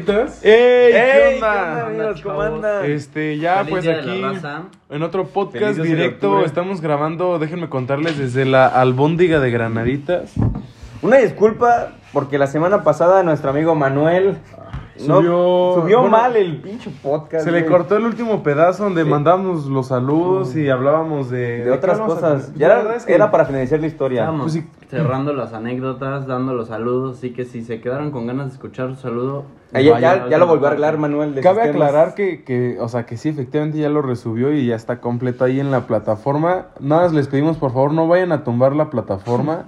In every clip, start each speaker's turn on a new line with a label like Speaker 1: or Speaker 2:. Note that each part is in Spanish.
Speaker 1: Carnaditas.
Speaker 2: ¡Ey!
Speaker 3: ¡Ey!
Speaker 2: ¿Qué
Speaker 3: ¿Qué onda,
Speaker 2: onda?
Speaker 3: amigos? ¿Cómo
Speaker 2: Chavos.
Speaker 3: andan?
Speaker 2: Este, ya
Speaker 4: Feliz
Speaker 2: pues
Speaker 4: Día de la
Speaker 2: aquí
Speaker 4: Raza.
Speaker 2: en otro
Speaker 3: Feliz
Speaker 2: podcast
Speaker 3: 12 de
Speaker 2: directo
Speaker 3: octubre.
Speaker 2: estamos grabando, déjenme contarles desde la albóndiga de Granaditas.
Speaker 3: Una disculpa porque la semana pasada nuestro amigo Manuel no-
Speaker 2: Subió-
Speaker 3: subió
Speaker 2: bueno,
Speaker 3: mal el pinche podcast.
Speaker 2: Se le
Speaker 3: güey.
Speaker 2: cortó el último pedazo donde
Speaker 3: Sí.
Speaker 2: mandamos los saludos y hablábamos de
Speaker 3: de
Speaker 2: ¿de qué
Speaker 3: otras
Speaker 2: hablamos?
Speaker 3: cosas.
Speaker 2: La
Speaker 3: Ya
Speaker 2: verdad
Speaker 3: era,
Speaker 2: es que-
Speaker 3: era para finalizar la historia.
Speaker 2: Pues
Speaker 4: Estábamos
Speaker 2: sí.
Speaker 4: cerrando las anécdotas, dando los saludos, así que si se quedaron con ganas de escuchar su saludo,
Speaker 3: Ah, ya,
Speaker 4: vayan
Speaker 3: ya-
Speaker 4: al
Speaker 3: ya lo
Speaker 4: otro
Speaker 3: volvió a
Speaker 4: lado.
Speaker 3: arreglar Manuel. de
Speaker 2: Cabe
Speaker 3: sus temas.
Speaker 2: aclarar que, que, o sea, que sí, efectivamente ya lo resubió y ya está completo ahí en la plataforma. Nada, más les pedimos por favor no vayan a tumbar la plataforma.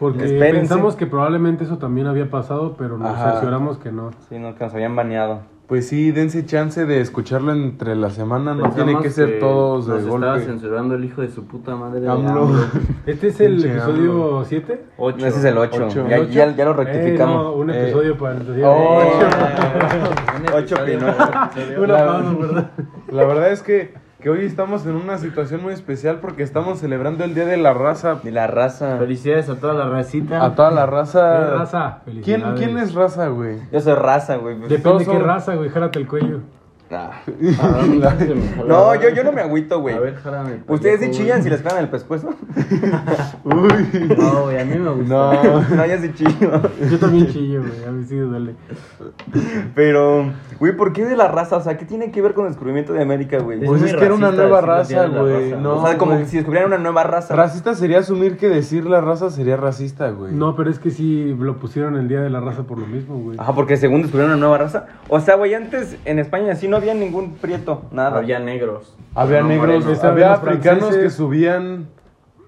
Speaker 1: Porque
Speaker 3: Espérense.
Speaker 1: pensamos que probablemente eso también había pasado, pero nos
Speaker 2: Ajá.
Speaker 1: cercioramos que no.
Speaker 3: Sí, no, que nos habían baneado.
Speaker 2: Pues sí, dense chance de escucharlo entre la semana, no tiene
Speaker 4: Pensamos
Speaker 2: que ser todos de
Speaker 4: nos estaba
Speaker 2: golpe.
Speaker 4: censurando el hijo de su puta madre. de
Speaker 2: AMLO.
Speaker 4: AMLO.
Speaker 1: Este es el
Speaker 2: Pinche
Speaker 1: episodio 7.
Speaker 4: Ocho.
Speaker 3: Ese es el 8.
Speaker 2: Ocho.
Speaker 3: Ya,
Speaker 2: ¿El
Speaker 1: ocho?
Speaker 3: ya- ya lo
Speaker 1: Eh, no,
Speaker 3: rectificamos.
Speaker 1: un
Speaker 2: Eh.
Speaker 1: episodio para el
Speaker 2: Oh.
Speaker 1: Ocho.
Speaker 4: Un
Speaker 3: Ocho
Speaker 4: episodio,
Speaker 3: pinos.
Speaker 4: un episodio.
Speaker 1: Una
Speaker 2: La-
Speaker 1: pausa, ¿verdad?
Speaker 2: La verdad es que, que hoy estamos en una situación muy especial porque estamos celebrando el Día de la Raza.
Speaker 3: Ni la raza.
Speaker 4: Felicidades a toda la racita.
Speaker 2: A toda la raza.
Speaker 1: Eh, raza,
Speaker 2: ¿Quién,
Speaker 1: felicidades.
Speaker 2: ¿Quién es raza, güey?
Speaker 3: Yo soy raza, güey.
Speaker 1: Depende
Speaker 2: Todos
Speaker 1: qué
Speaker 2: son-
Speaker 1: raza, güey. Járate el cuello.
Speaker 3: Ah.
Speaker 4: Ah, se me jaló.
Speaker 3: No, yo, yo no me agüito, güey.
Speaker 4: A ver, járame el
Speaker 3: Ustedes sí
Speaker 4: pellejo,
Speaker 3: chillan
Speaker 4: güey.
Speaker 3: si les pegan el pescuezo.
Speaker 2: Uy.
Speaker 4: No, güey, a mí me gusta.
Speaker 2: No.
Speaker 3: no, yo sí chillo.
Speaker 1: Yo también chillo, güey. A mí sí me duele.
Speaker 3: Pero, güey, ¿por qué de la raza? O sea, ¿qué tiene que ver con el descubrimiento de América, güey?
Speaker 2: Pues
Speaker 4: muy
Speaker 2: es que era una
Speaker 4: racista
Speaker 2: nueva
Speaker 4: decirle
Speaker 2: raza,
Speaker 4: Día de la
Speaker 2: güey.
Speaker 4: Raza.
Speaker 2: No,
Speaker 3: o sea, como
Speaker 2: güey.
Speaker 3: que si descubrieran una nueva raza.
Speaker 2: Racista sería asumir que decir la raza sería racista, güey.
Speaker 1: No, pero es que sí lo pusieron el día de la raza por lo mismo, güey.
Speaker 3: Ajá, porque según descubrieron una nueva raza. O sea, güey, antes en España sí no había ningún prieto, nada.
Speaker 4: Había negros.
Speaker 2: Había
Speaker 4: No,
Speaker 2: negros,
Speaker 4: morenos.
Speaker 2: había
Speaker 1: Los
Speaker 2: africanos
Speaker 1: franceses.
Speaker 2: que subían.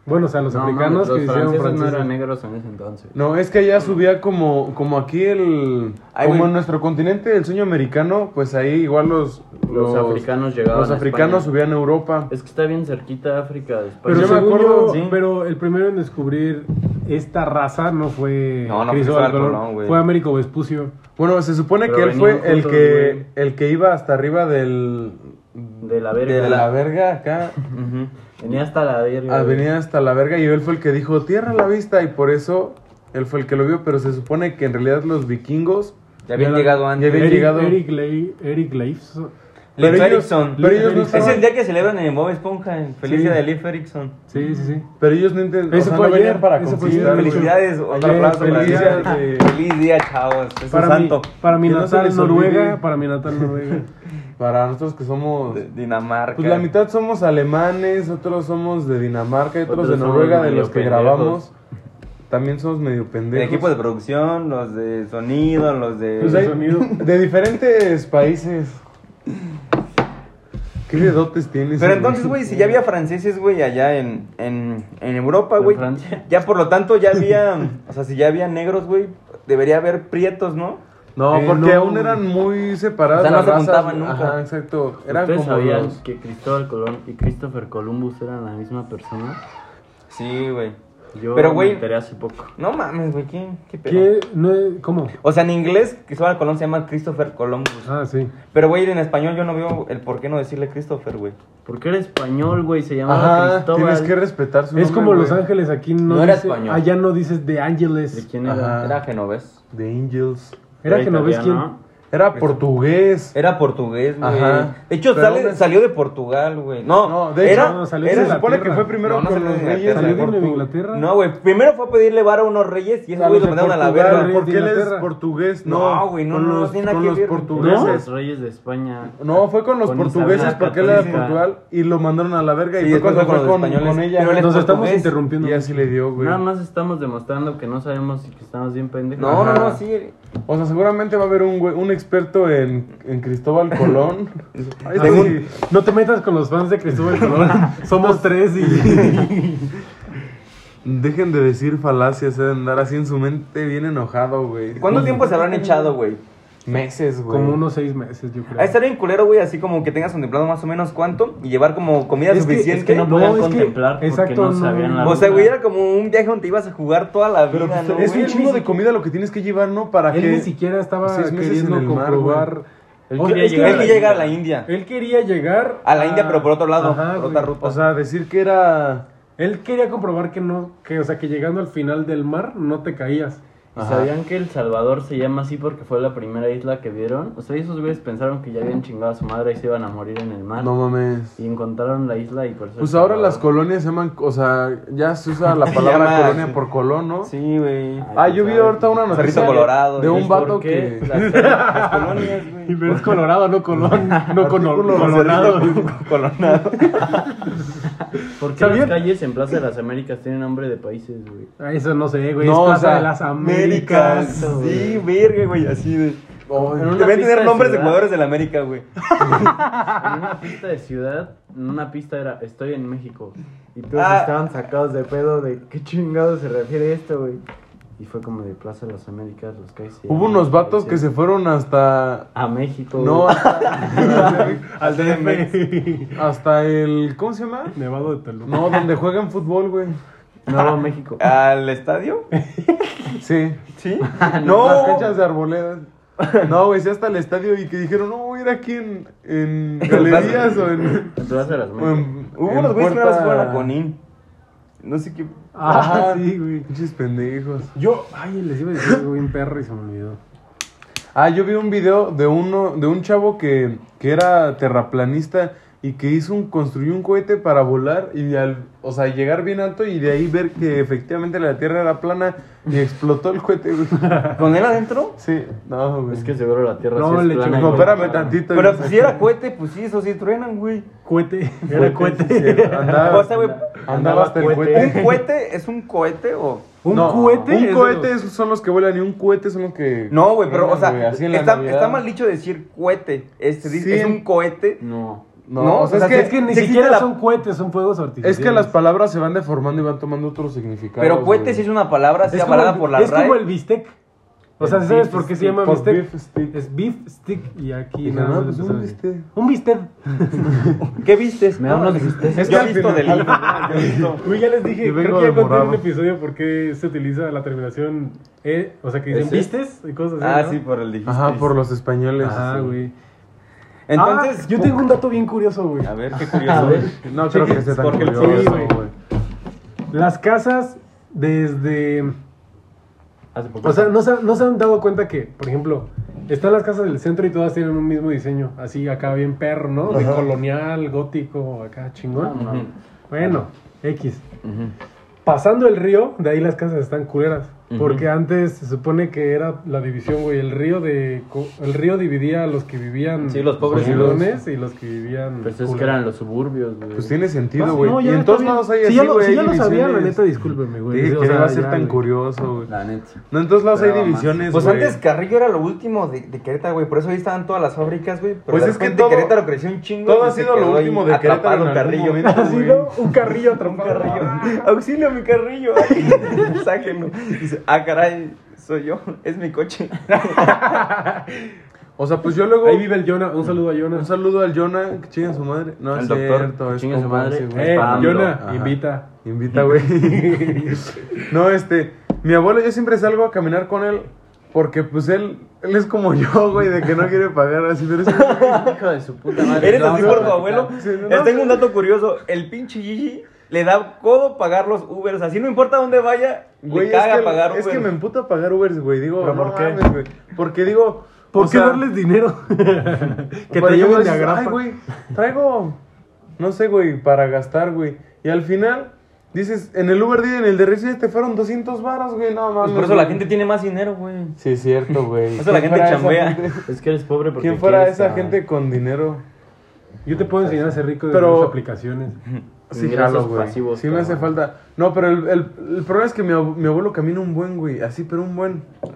Speaker 1: Bueno, o sea, los
Speaker 4: No,
Speaker 1: africanos
Speaker 4: mames, los
Speaker 1: que hicieron
Speaker 4: franceses no
Speaker 1: franceses.
Speaker 4: eran negros en ese entonces.
Speaker 2: No, es que allá subía como, como aquí el.
Speaker 3: Ay,
Speaker 2: como
Speaker 3: güey.
Speaker 2: en nuestro continente, el sueño americano, pues ahí igual los.
Speaker 4: Los africanos llegaban
Speaker 2: Los
Speaker 4: a
Speaker 2: africanos
Speaker 4: España.
Speaker 2: subían a Europa.
Speaker 4: Es que está bien cerquita África de España.
Speaker 1: Pero,
Speaker 2: Yo me
Speaker 1: según
Speaker 2: acuerdo,
Speaker 1: yo-
Speaker 3: sí.
Speaker 1: pero el primero en descubrir esta raza no fue
Speaker 3: No, no fue
Speaker 1: Cristóbal
Speaker 3: Cristóbal
Speaker 1: Colón,
Speaker 3: Colón, güey.
Speaker 1: fue Américo Vespucio.
Speaker 2: Bueno, se supone
Speaker 4: Pero
Speaker 2: que él
Speaker 4: venían
Speaker 2: fue el
Speaker 4: juntos,
Speaker 2: que, el que iba hasta arriba del.
Speaker 4: De la verga.
Speaker 2: De la verga acá.
Speaker 3: Ujú.
Speaker 4: Venía hasta la verga. güey.
Speaker 2: Avenida hasta la verga y él fue el que dijo tierra a la vista y por eso él fue el que lo vio, pero se supone que en realidad los vikingos
Speaker 3: Ya habían
Speaker 2: eran-
Speaker 3: llegado antes.
Speaker 2: Ya habían
Speaker 1: Eric,
Speaker 2: llegado.
Speaker 1: Eric, Leif- Eric Leifson.
Speaker 3: Leif
Speaker 2: pero, ellos,
Speaker 3: Erikson.
Speaker 2: pero ellos no
Speaker 1: Leif
Speaker 3: Es
Speaker 2: estaban-
Speaker 3: el día que celebran en Bob Esponja. en Feliz
Speaker 1: Sí.
Speaker 3: día de Leif Erikson.
Speaker 1: Sí, sí, sí.
Speaker 2: pero ellos no intentan,
Speaker 1: Ese fue
Speaker 2: no venían
Speaker 1: ayer,
Speaker 2: para
Speaker 1: ese fue
Speaker 2: conquistar.
Speaker 1: ayer,
Speaker 2: güey.
Speaker 3: Felicidades, otro
Speaker 2: Ayer,
Speaker 3: aplauso para
Speaker 2: feliz
Speaker 3: Leif.
Speaker 2: día de-
Speaker 3: Feliz día, chavos. Es un
Speaker 1: Para mí,
Speaker 3: santo.
Speaker 1: para mi
Speaker 2: Que no se
Speaker 1: natal
Speaker 2: les olvide.
Speaker 1: Noruega, para mi natal Noruega.
Speaker 2: Para nosotros que somos
Speaker 3: De Dinamarca.
Speaker 2: pues la mitad somos alemanes, otros somos de Dinamarca y otros,
Speaker 4: Otros
Speaker 2: de
Speaker 4: somos
Speaker 2: Noruega de
Speaker 4: medio
Speaker 2: los que
Speaker 4: pendejos.
Speaker 2: grabamos. También somos medio
Speaker 3: El
Speaker 2: pendejos.
Speaker 3: equipo de producción, los de sonido, los de.
Speaker 2: Pues hay
Speaker 1: sonido.
Speaker 2: de diferentes países. ¿Qué dedotes tienes?
Speaker 3: Pero entonces, güey, si ya había franceses, güey, allá en, en, en Europa,
Speaker 4: En
Speaker 3: güey.
Speaker 4: Francia.
Speaker 3: Ya por lo tanto, ya había. O sea, si ya había negros, güey, debería haber prietos, ¿no?
Speaker 2: No,
Speaker 1: Eh,
Speaker 2: porque
Speaker 1: no.
Speaker 2: aún eran muy separadas
Speaker 3: O sea, no
Speaker 2: las
Speaker 3: se
Speaker 2: razas.
Speaker 3: juntaban nunca.
Speaker 2: Ajá, exacto. Eran
Speaker 4: ¿Ustedes
Speaker 2: como
Speaker 4: sabían
Speaker 2: los-
Speaker 4: que Cristóbal Colón y Christopher Columbus eran la misma persona?
Speaker 3: Sí, güey.
Speaker 4: Yo
Speaker 3: Pero,
Speaker 4: me
Speaker 3: güey-
Speaker 4: enteré hace poco.
Speaker 3: No mames, güey, ¿qué, qué pedo?
Speaker 1: ¿Qué? No, es- ¿Cómo?
Speaker 3: O sea, en inglés, Cristóbal Colón se llama Christopher Columbus.
Speaker 1: Ah, sí.
Speaker 3: Pero, güey, en español yo no veo el por qué no decirle Christopher, güey.
Speaker 4: Porque era español, güey, se llamaba
Speaker 2: Ajá,
Speaker 4: Cristóbal.
Speaker 2: tienes que respetar su
Speaker 1: Es
Speaker 2: nombre,
Speaker 1: como
Speaker 2: güey.
Speaker 1: Los Ángeles, aquí no,
Speaker 3: No era
Speaker 1: dice-
Speaker 3: español.
Speaker 1: allá no dices de
Speaker 4: ¿De
Speaker 1: Ángeles.
Speaker 4: quién era?
Speaker 2: Ajá.
Speaker 3: Era genovés.
Speaker 2: The Angels.
Speaker 1: Era
Speaker 4: Era
Speaker 1: que no ves quién.
Speaker 4: italiano.
Speaker 2: Era portugués.
Speaker 3: Era portugués, güey.
Speaker 2: Ajá.
Speaker 3: De hecho,
Speaker 2: Pero
Speaker 3: sale-
Speaker 2: aún así-
Speaker 3: salió de Portugal, güey. No,
Speaker 2: No, de hecho,
Speaker 3: era,
Speaker 1: no, salió de
Speaker 2: Era,
Speaker 1: la
Speaker 2: se supone que
Speaker 1: tierra.
Speaker 2: fue primero
Speaker 3: No, no
Speaker 2: con
Speaker 3: salió
Speaker 2: los
Speaker 3: de la
Speaker 2: reyes
Speaker 3: tierra.
Speaker 2: de
Speaker 1: Salió de
Speaker 2: Portu-
Speaker 1: Inglaterra.
Speaker 3: No, güey, primero fue a pedirle vara a unos reyes y
Speaker 2: A
Speaker 3: esos
Speaker 2: los
Speaker 3: güeyes lo
Speaker 2: de
Speaker 3: mandaron a la
Speaker 2: Portugal,
Speaker 3: verga.
Speaker 2: Porque él es
Speaker 1: Inglaterra.
Speaker 2: portugués, no.
Speaker 3: No, güey, no,
Speaker 2: con
Speaker 3: no, no
Speaker 2: los,
Speaker 3: tiene nada
Speaker 2: con
Speaker 3: que
Speaker 2: los
Speaker 3: ver, güey.
Speaker 2: portugueses.
Speaker 4: Gracias, reyes de España.
Speaker 2: No, fue con los
Speaker 4: Con
Speaker 2: portugueses
Speaker 4: Isabel
Speaker 2: porque él era de
Speaker 4: Católica.
Speaker 2: Portugal y lo mandaron a la verga
Speaker 3: Sí,
Speaker 2: y fue
Speaker 3: después
Speaker 2: cuando fue
Speaker 3: fue con los
Speaker 2: con,
Speaker 3: españoles.
Speaker 2: con
Speaker 3: Pero él
Speaker 2: ella.
Speaker 3: es
Speaker 1: Nos estamos
Speaker 3: portugués.
Speaker 1: interrumpiendo.
Speaker 2: Y así le dio, güey.
Speaker 4: Nada más estamos demostrando que no sabemos y que estamos bien pendejos.
Speaker 3: No, no, no,
Speaker 2: Ajá.
Speaker 3: sí.
Speaker 2: O sea, seguramente va a haber un, güey- un experto en, en Cristóbal Colón. Ay,
Speaker 1: Ah,
Speaker 2: sí.
Speaker 1: sí. No te metas con los fans de Cristóbal Colón. Somos tres y.
Speaker 2: Dejen de decir falacias, eh, de andar así en su mente bien enojado, güey.
Speaker 3: ¿Cuánto tiempo se habrán echado, güey?
Speaker 2: Meses, güey.
Speaker 1: como unos seis meses, yo creo.
Speaker 3: A estar bien culero, güey, así como que tengas contemplado más o menos cuánto y llevar como comida
Speaker 1: Es que-
Speaker 3: suficiente.
Speaker 1: es que
Speaker 4: no
Speaker 1: No,
Speaker 4: podían
Speaker 1: es que-
Speaker 4: contemplar porque
Speaker 1: exacto,
Speaker 4: no
Speaker 1: no.
Speaker 4: sabían la
Speaker 3: O sea,
Speaker 4: ruta.
Speaker 3: güey, era como un viaje donde te ibas a jugar toda la vida,
Speaker 2: Pero pues,
Speaker 3: ¿no,
Speaker 2: es
Speaker 3: güey?
Speaker 2: un chingo de comida lo que tienes que llevar, ¿no? Para
Speaker 1: Él
Speaker 2: que...
Speaker 1: ni siquiera estaba
Speaker 2: seis meses
Speaker 1: queriendo
Speaker 2: en el mar,
Speaker 1: comprobar.
Speaker 2: güey.
Speaker 4: Él
Speaker 1: O sea,
Speaker 4: quería
Speaker 1: es que-
Speaker 4: llegar
Speaker 3: Él que llega a la India.
Speaker 1: Él quería llegar
Speaker 3: A la India, pero por otro lado, por otra
Speaker 1: güey.
Speaker 3: ruta.
Speaker 2: O sea, decir que era...
Speaker 1: Él quería comprobar que no, que, o sea, que llegando al final del mar no te caías.
Speaker 4: ¿Y
Speaker 2: Ajá.
Speaker 4: sabían que El Salvador se llama así porque fue la primera isla que vieron? O sea, esos güeyes pensaron que ya habían chingado a su madre y se iban a morir en el mar.
Speaker 2: No mames.
Speaker 4: Y encontraron la isla y por eso...
Speaker 2: Pues
Speaker 4: El
Speaker 2: ahora las
Speaker 4: Salvador.
Speaker 2: colonias se llaman, o sea, ya se usa la
Speaker 3: Se
Speaker 2: palabra
Speaker 3: llama-
Speaker 2: colonia por colón, ¿no?
Speaker 3: Sí, güey.
Speaker 2: Ah, yo vi ahorita una
Speaker 3: Cerrito
Speaker 2: noticia de-
Speaker 3: Colorado,
Speaker 2: de
Speaker 3: ¿y
Speaker 2: un
Speaker 4: ¿Por
Speaker 2: vato
Speaker 4: qué
Speaker 2: que...
Speaker 4: las-
Speaker 3: Las colonias,
Speaker 1: Y
Speaker 3: güey.
Speaker 1: pero es colorado, no colón. No colon,
Speaker 2: Artículo
Speaker 1: colonado.
Speaker 3: Cerrito Colonado.
Speaker 4: ¿Por qué
Speaker 1: ¿Sabían?
Speaker 4: las calles en Plaza de las Américas tienen nombre de países, güey?
Speaker 1: Ah, Eso no sé, güey.
Speaker 2: No,
Speaker 1: es
Speaker 2: o
Speaker 1: Plaza
Speaker 2: sea,
Speaker 1: de las Américas.
Speaker 3: Américas. Sí, verga, güey, así de.
Speaker 2: Ay,
Speaker 4: En una
Speaker 3: Deben
Speaker 4: pista
Speaker 3: tener
Speaker 4: de
Speaker 3: nombres de
Speaker 4: ciudad.
Speaker 3: jugadores de la América, güey.
Speaker 4: En una pista de ciudad, en una pista era Estoy en México. Y todos
Speaker 3: Ah.
Speaker 4: estaban sacados de pedo de qué chingado se refiere esto, güey. Y fue como de Plaza de las Américas, los calles. se
Speaker 2: Hubo
Speaker 4: llaman
Speaker 2: unos vatos que
Speaker 4: países.
Speaker 2: se fueron hasta...
Speaker 4: A México.
Speaker 2: No,
Speaker 4: güey.
Speaker 2: hasta,
Speaker 1: Al DF.
Speaker 2: hasta el... ¿Cómo se llama?
Speaker 1: Nevado de Toluca.
Speaker 2: No, donde juegan fútbol, güey.
Speaker 4: Nuevo México.
Speaker 3: ¿Al estadio?
Speaker 2: Sí.
Speaker 3: Sí.
Speaker 2: Las
Speaker 3: No.
Speaker 2: canchas de arboledas. No, güey, sí hasta el estadio y que dijeron, no, voy a ir aquí en, en galerías o en...
Speaker 4: En Plaza de las
Speaker 2: o
Speaker 4: Américas.
Speaker 2: en-
Speaker 3: Hubo
Speaker 2: en
Speaker 3: unos güeyes que una vez
Speaker 2: Puerta-
Speaker 3: fueron a Conin. No sé qué.
Speaker 1: Ah,
Speaker 2: Ajá.
Speaker 1: sí, güey.
Speaker 2: Pinches pendejos.
Speaker 1: Yo, ay, les iba a decir algo bien perro y se me olvidó.
Speaker 2: Ah, yo vi un video de uno, de un chavo que, que era terraplanista y que hizo un, construyó un cohete para volar y al, o sea, llegar bien alto y de ahí ver que efectivamente la tierra era plana y explotó el cohete, güey.
Speaker 3: ¿Con él adentro?
Speaker 2: Sí, no, güey.
Speaker 4: Es que seguro la tierra
Speaker 1: No,
Speaker 4: sí es
Speaker 1: le
Speaker 4: plana.
Speaker 1: chocó.
Speaker 4: y
Speaker 2: No, espérame
Speaker 4: volcada.
Speaker 2: tantito.
Speaker 3: Pero pues, si era cohete, pues sí, eso sí truenan, güey.
Speaker 1: Cohete.
Speaker 2: Cohete,
Speaker 1: Era cohete.
Speaker 2: sí, sí, Andaba,
Speaker 3: O sea, güey,
Speaker 2: andaba hasta el
Speaker 1: cohete.
Speaker 2: cohete.
Speaker 3: ¿Un cohete es un cohete o.?
Speaker 1: ¿Un
Speaker 2: No,
Speaker 1: cohete? es de
Speaker 2: Un cohete
Speaker 1: los-
Speaker 2: es- son los que vuelan y un cohete son los que.
Speaker 3: No, güey, pero, o sea,
Speaker 2: Güey, así en la
Speaker 3: está,
Speaker 2: Navidad.
Speaker 3: está mal dicho decir cohete. Este,
Speaker 2: Sí.
Speaker 3: Es un cohete.
Speaker 4: No.
Speaker 2: No,
Speaker 3: no,
Speaker 2: o sea,
Speaker 3: o sea,
Speaker 2: es,
Speaker 1: Es
Speaker 2: que,
Speaker 1: que ni
Speaker 3: Sí existe
Speaker 1: siquiera
Speaker 3: la-
Speaker 1: son cohetes, son fuegos artificiales.
Speaker 2: es que las palabras se van deformando y van tomando otro significado.
Speaker 3: Pero cohete sí es una palabra, sí,
Speaker 1: Es como
Speaker 3: avalada
Speaker 1: el-
Speaker 3: por la
Speaker 1: Es
Speaker 3: RAE.
Speaker 1: como el bistec. O sea,
Speaker 4: El
Speaker 1: ¿sabes
Speaker 4: beef
Speaker 1: por qué se
Speaker 4: stick,
Speaker 1: llama
Speaker 2: por
Speaker 1: bistec?
Speaker 2: beef stick.
Speaker 1: Es beef stick y aquí
Speaker 2: Y
Speaker 1: nada
Speaker 2: nada,
Speaker 1: más le
Speaker 2: pues,
Speaker 1: puso
Speaker 2: un
Speaker 1: de-
Speaker 2: bistec.
Speaker 1: Un bistec.
Speaker 3: ¿Qué vistes?
Speaker 4: Me da unos vistes.
Speaker 2: Es
Speaker 3: Yo
Speaker 2: que
Speaker 3: he
Speaker 2: al
Speaker 3: visto del
Speaker 2: final-
Speaker 3: hilo. yo he visto.
Speaker 1: Uy, ya les dije,
Speaker 2: Yo vengo
Speaker 1: creo que ya
Speaker 2: de
Speaker 1: conté en
Speaker 2: morado.
Speaker 1: un episodio por qué se utiliza la terminación E, o sea, que dicen
Speaker 4: ¿Ese?
Speaker 1: vistes y cosas así.
Speaker 3: Ah,
Speaker 1: ¿no?
Speaker 3: sí, por el dijiste.
Speaker 2: Ajá, por los españoles.
Speaker 1: Ah, güey.
Speaker 3: Entonces.
Speaker 1: Ah, yo tengo un dato bien curioso, güey.
Speaker 3: A ver, qué
Speaker 4: A
Speaker 3: curioso.
Speaker 4: ver.
Speaker 2: No creo que sea tan
Speaker 3: Porque el
Speaker 2: curioso,
Speaker 1: sí, güey.
Speaker 2: güey.
Speaker 1: Las casas desde
Speaker 4: Hace poco.
Speaker 1: O sea, ¿no se, no se han dado cuenta que, por ejemplo, están las casas del centro y todas tienen un mismo diseño? Así, acá bien perro, ¿no? De colonial, gótico, acá chingón.
Speaker 4: Ah, No, no.
Speaker 2: Pues
Speaker 1: Bueno, X. Pasando el río, de ahí las casas están culeras. Porque antes se supone que era la división, güey. El río de co- el río dividía a los que vivían
Speaker 4: Sí, los pobres y los-
Speaker 1: chingones y los que vivían.
Speaker 4: Pues es que
Speaker 1: culeros.
Speaker 4: eran los suburbios, güey.
Speaker 2: Pues tiene
Speaker 1: Ah,
Speaker 2: sentido, güey.
Speaker 1: no,
Speaker 2: y
Speaker 1: ya
Speaker 2: en
Speaker 1: está
Speaker 2: todos
Speaker 1: bien.
Speaker 2: lados hay
Speaker 1: Si
Speaker 2: así,
Speaker 1: ya lo-
Speaker 2: güey,
Speaker 1: Si ya lo
Speaker 2: hay
Speaker 1: sabía, la
Speaker 2: divisiones.
Speaker 1: neta, discúlpeme, güey.
Speaker 2: Dije
Speaker 1: O
Speaker 2: que no
Speaker 1: sea,
Speaker 2: iba a ser
Speaker 1: ya,
Speaker 2: tan
Speaker 1: güey.
Speaker 2: curioso, güey.
Speaker 4: La neta.
Speaker 2: No, en todos lados hay
Speaker 4: Pero,
Speaker 2: divisiones,
Speaker 3: Pues
Speaker 2: güey.
Speaker 3: antes Carrillo era lo último de, de Querétaro, güey. Por eso ahí estaban todas las fábricas, güey. Pero
Speaker 2: Pues
Speaker 3: de
Speaker 2: es que
Speaker 3: repente
Speaker 2: todo-
Speaker 3: Querétaro creció un chingo.
Speaker 2: todo
Speaker 3: y
Speaker 2: ha
Speaker 3: se
Speaker 2: sido lo
Speaker 3: quedó ahí
Speaker 2: último de Querétaro
Speaker 3: atrapado
Speaker 2: en algún
Speaker 3: Carrillo.
Speaker 2: momento.
Speaker 1: Ha sido un carrillo
Speaker 3: Un
Speaker 1: atrapado.
Speaker 3: Carrillo. Auxilio, mi Carrillo. Sáquenlo. Dice, ah, caray, soy yo. Es mi coche.
Speaker 2: O sea, pues yo luego.
Speaker 1: Ahí vive el Jonah. Un saludo a Jonah.
Speaker 2: Un saludo al Jonah, que chinga su madre. No,
Speaker 4: Al
Speaker 2: es
Speaker 4: doctor,
Speaker 2: cierto,
Speaker 4: que
Speaker 2: es
Speaker 4: chingue su
Speaker 2: compa,
Speaker 4: madre.
Speaker 2: sí, güey.
Speaker 1: Eh,
Speaker 4: Pablo.
Speaker 1: Jonah,
Speaker 2: Ajá.
Speaker 1: invita.
Speaker 2: Invita, güey. no, este, mi abuelo, yo siempre salgo a caminar con él porque pues él, él es como yo, güey, de que no quiere pagar así, pero es
Speaker 4: Hijo de su puta madre.
Speaker 3: ¿Eres
Speaker 4: lo
Speaker 3: así
Speaker 4: vamos
Speaker 3: por
Speaker 4: a
Speaker 3: tu abuelo?
Speaker 4: platicar.
Speaker 2: Sí, no,
Speaker 3: Les
Speaker 2: no,
Speaker 3: tengo
Speaker 2: sí.
Speaker 3: un dato curioso. El pinche Gigi le da codo pagar los Ubers. Así no importa dónde vaya,
Speaker 2: Güey,
Speaker 3: le caga
Speaker 2: es que,
Speaker 3: pagar Ubers. Pues
Speaker 2: es que me emputa pagar Ubers, güey. Digo,
Speaker 1: ¿Pero
Speaker 2: no
Speaker 1: por qué?
Speaker 2: mames, güey. Porque digo,
Speaker 1: ¿Por
Speaker 2: o
Speaker 1: qué
Speaker 2: sea,
Speaker 1: darles dinero? que
Speaker 2: por
Speaker 1: te
Speaker 2: ejemplo,
Speaker 1: lleven de
Speaker 2: dices, Ay,
Speaker 1: agrapa.
Speaker 2: güey, traigo, no sé, güey, para gastar, güey. Y al final, dices, en el Uber, di- en el de Recife te fueron 200 varas, güey, no mames.
Speaker 3: Pues por eso la
Speaker 2: güey.
Speaker 3: gente tiene más dinero, güey.
Speaker 2: Sí, es cierto, güey.
Speaker 3: Por eso la
Speaker 2: ¿Quién fuera
Speaker 3: gente
Speaker 2: esa
Speaker 3: chambea.
Speaker 2: gente?
Speaker 4: Es que eres pobre porque
Speaker 2: ¿Quién fuera
Speaker 4: quieres,
Speaker 2: esa
Speaker 4: ah,
Speaker 2: gente con dinero?
Speaker 1: Yo te puedo enseñar a ser rico de
Speaker 2: Pero-
Speaker 1: las aplicaciones.
Speaker 2: Sí,
Speaker 4: Ingresos
Speaker 2: jalo, güey.
Speaker 4: pasivos,
Speaker 2: Sí, me hace
Speaker 4: cabrón.
Speaker 2: falta. No, pero el, el, el problema es que mi, ab- mi abuelo camina un buen, güey. Así, pero un buen. eh,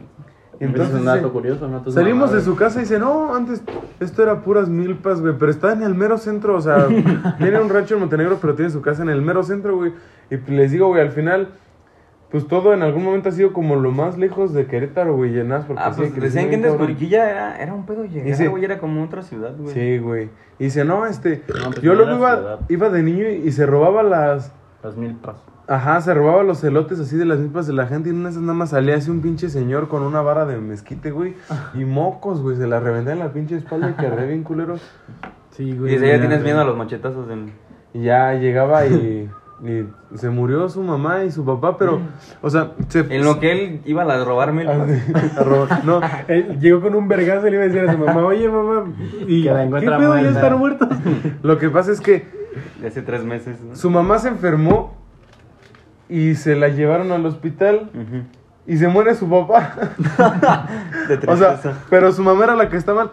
Speaker 4: Entonces, es un
Speaker 2: sí.
Speaker 4: dato curioso, ¿no?
Speaker 2: Salimos de su casa y dice, no, antes esto era puras milpas, güey, pero está en el mero centro, o sea, tiene un rancho en Montenegro, pero tiene su casa en el mero centro, güey. Y les digo, güey, al final, pues todo en algún momento ha sido como lo más lejos de Querétaro, güey, llenas, porque
Speaker 3: Ah,
Speaker 2: sí,
Speaker 3: pues
Speaker 2: crecí
Speaker 3: decían que
Speaker 2: bien
Speaker 3: antes
Speaker 2: cabrón.
Speaker 3: Curiquilla era, era un pedo llegar,
Speaker 2: Dice-
Speaker 3: güey. Era como otra ciudad, güey.
Speaker 2: Sí, güey. Y dice, no, este,
Speaker 4: No, pues
Speaker 2: yo
Speaker 4: no
Speaker 2: luego iba,
Speaker 4: era ciudad.
Speaker 2: iba de niño y, y se robaba las,
Speaker 4: Las mil pasos.
Speaker 2: ajá, se robaba los elotes así de las milpas de la gente y en una de esas nada más salía así un pinche señor con una vara de mezquite, güey, y mocos, güey, se la reventaba en la pinche espalda y quedé bien culero.
Speaker 1: Sí,
Speaker 3: Y
Speaker 1: güey.
Speaker 3: dice, ya tienes
Speaker 1: güey.
Speaker 3: miedo a los machetazos del...
Speaker 2: Y ya llegaba y Y se murió su mamá y su papá, pero, o sea, se...
Speaker 3: En lo que él iba a robar
Speaker 2: Ah,
Speaker 3: milpas.
Speaker 2: a robar. No,
Speaker 1: Él Eh, llegó con un vergazo y le iba a decir a su mamá, oye mamá, y
Speaker 4: Que la
Speaker 1: ¿qué
Speaker 4: encuentra
Speaker 1: pedo? Ya
Speaker 4: muerta".
Speaker 1: están muertos.
Speaker 2: lo que pasa es que
Speaker 3: De hace tres meses, ¿no?
Speaker 2: su mamá se enfermó y se la llevaron al hospital
Speaker 3: Ujú.
Speaker 2: y se muere su papá.
Speaker 3: De
Speaker 2: O
Speaker 3: tristeza.
Speaker 2: sea, pero su mamá era la que está mal.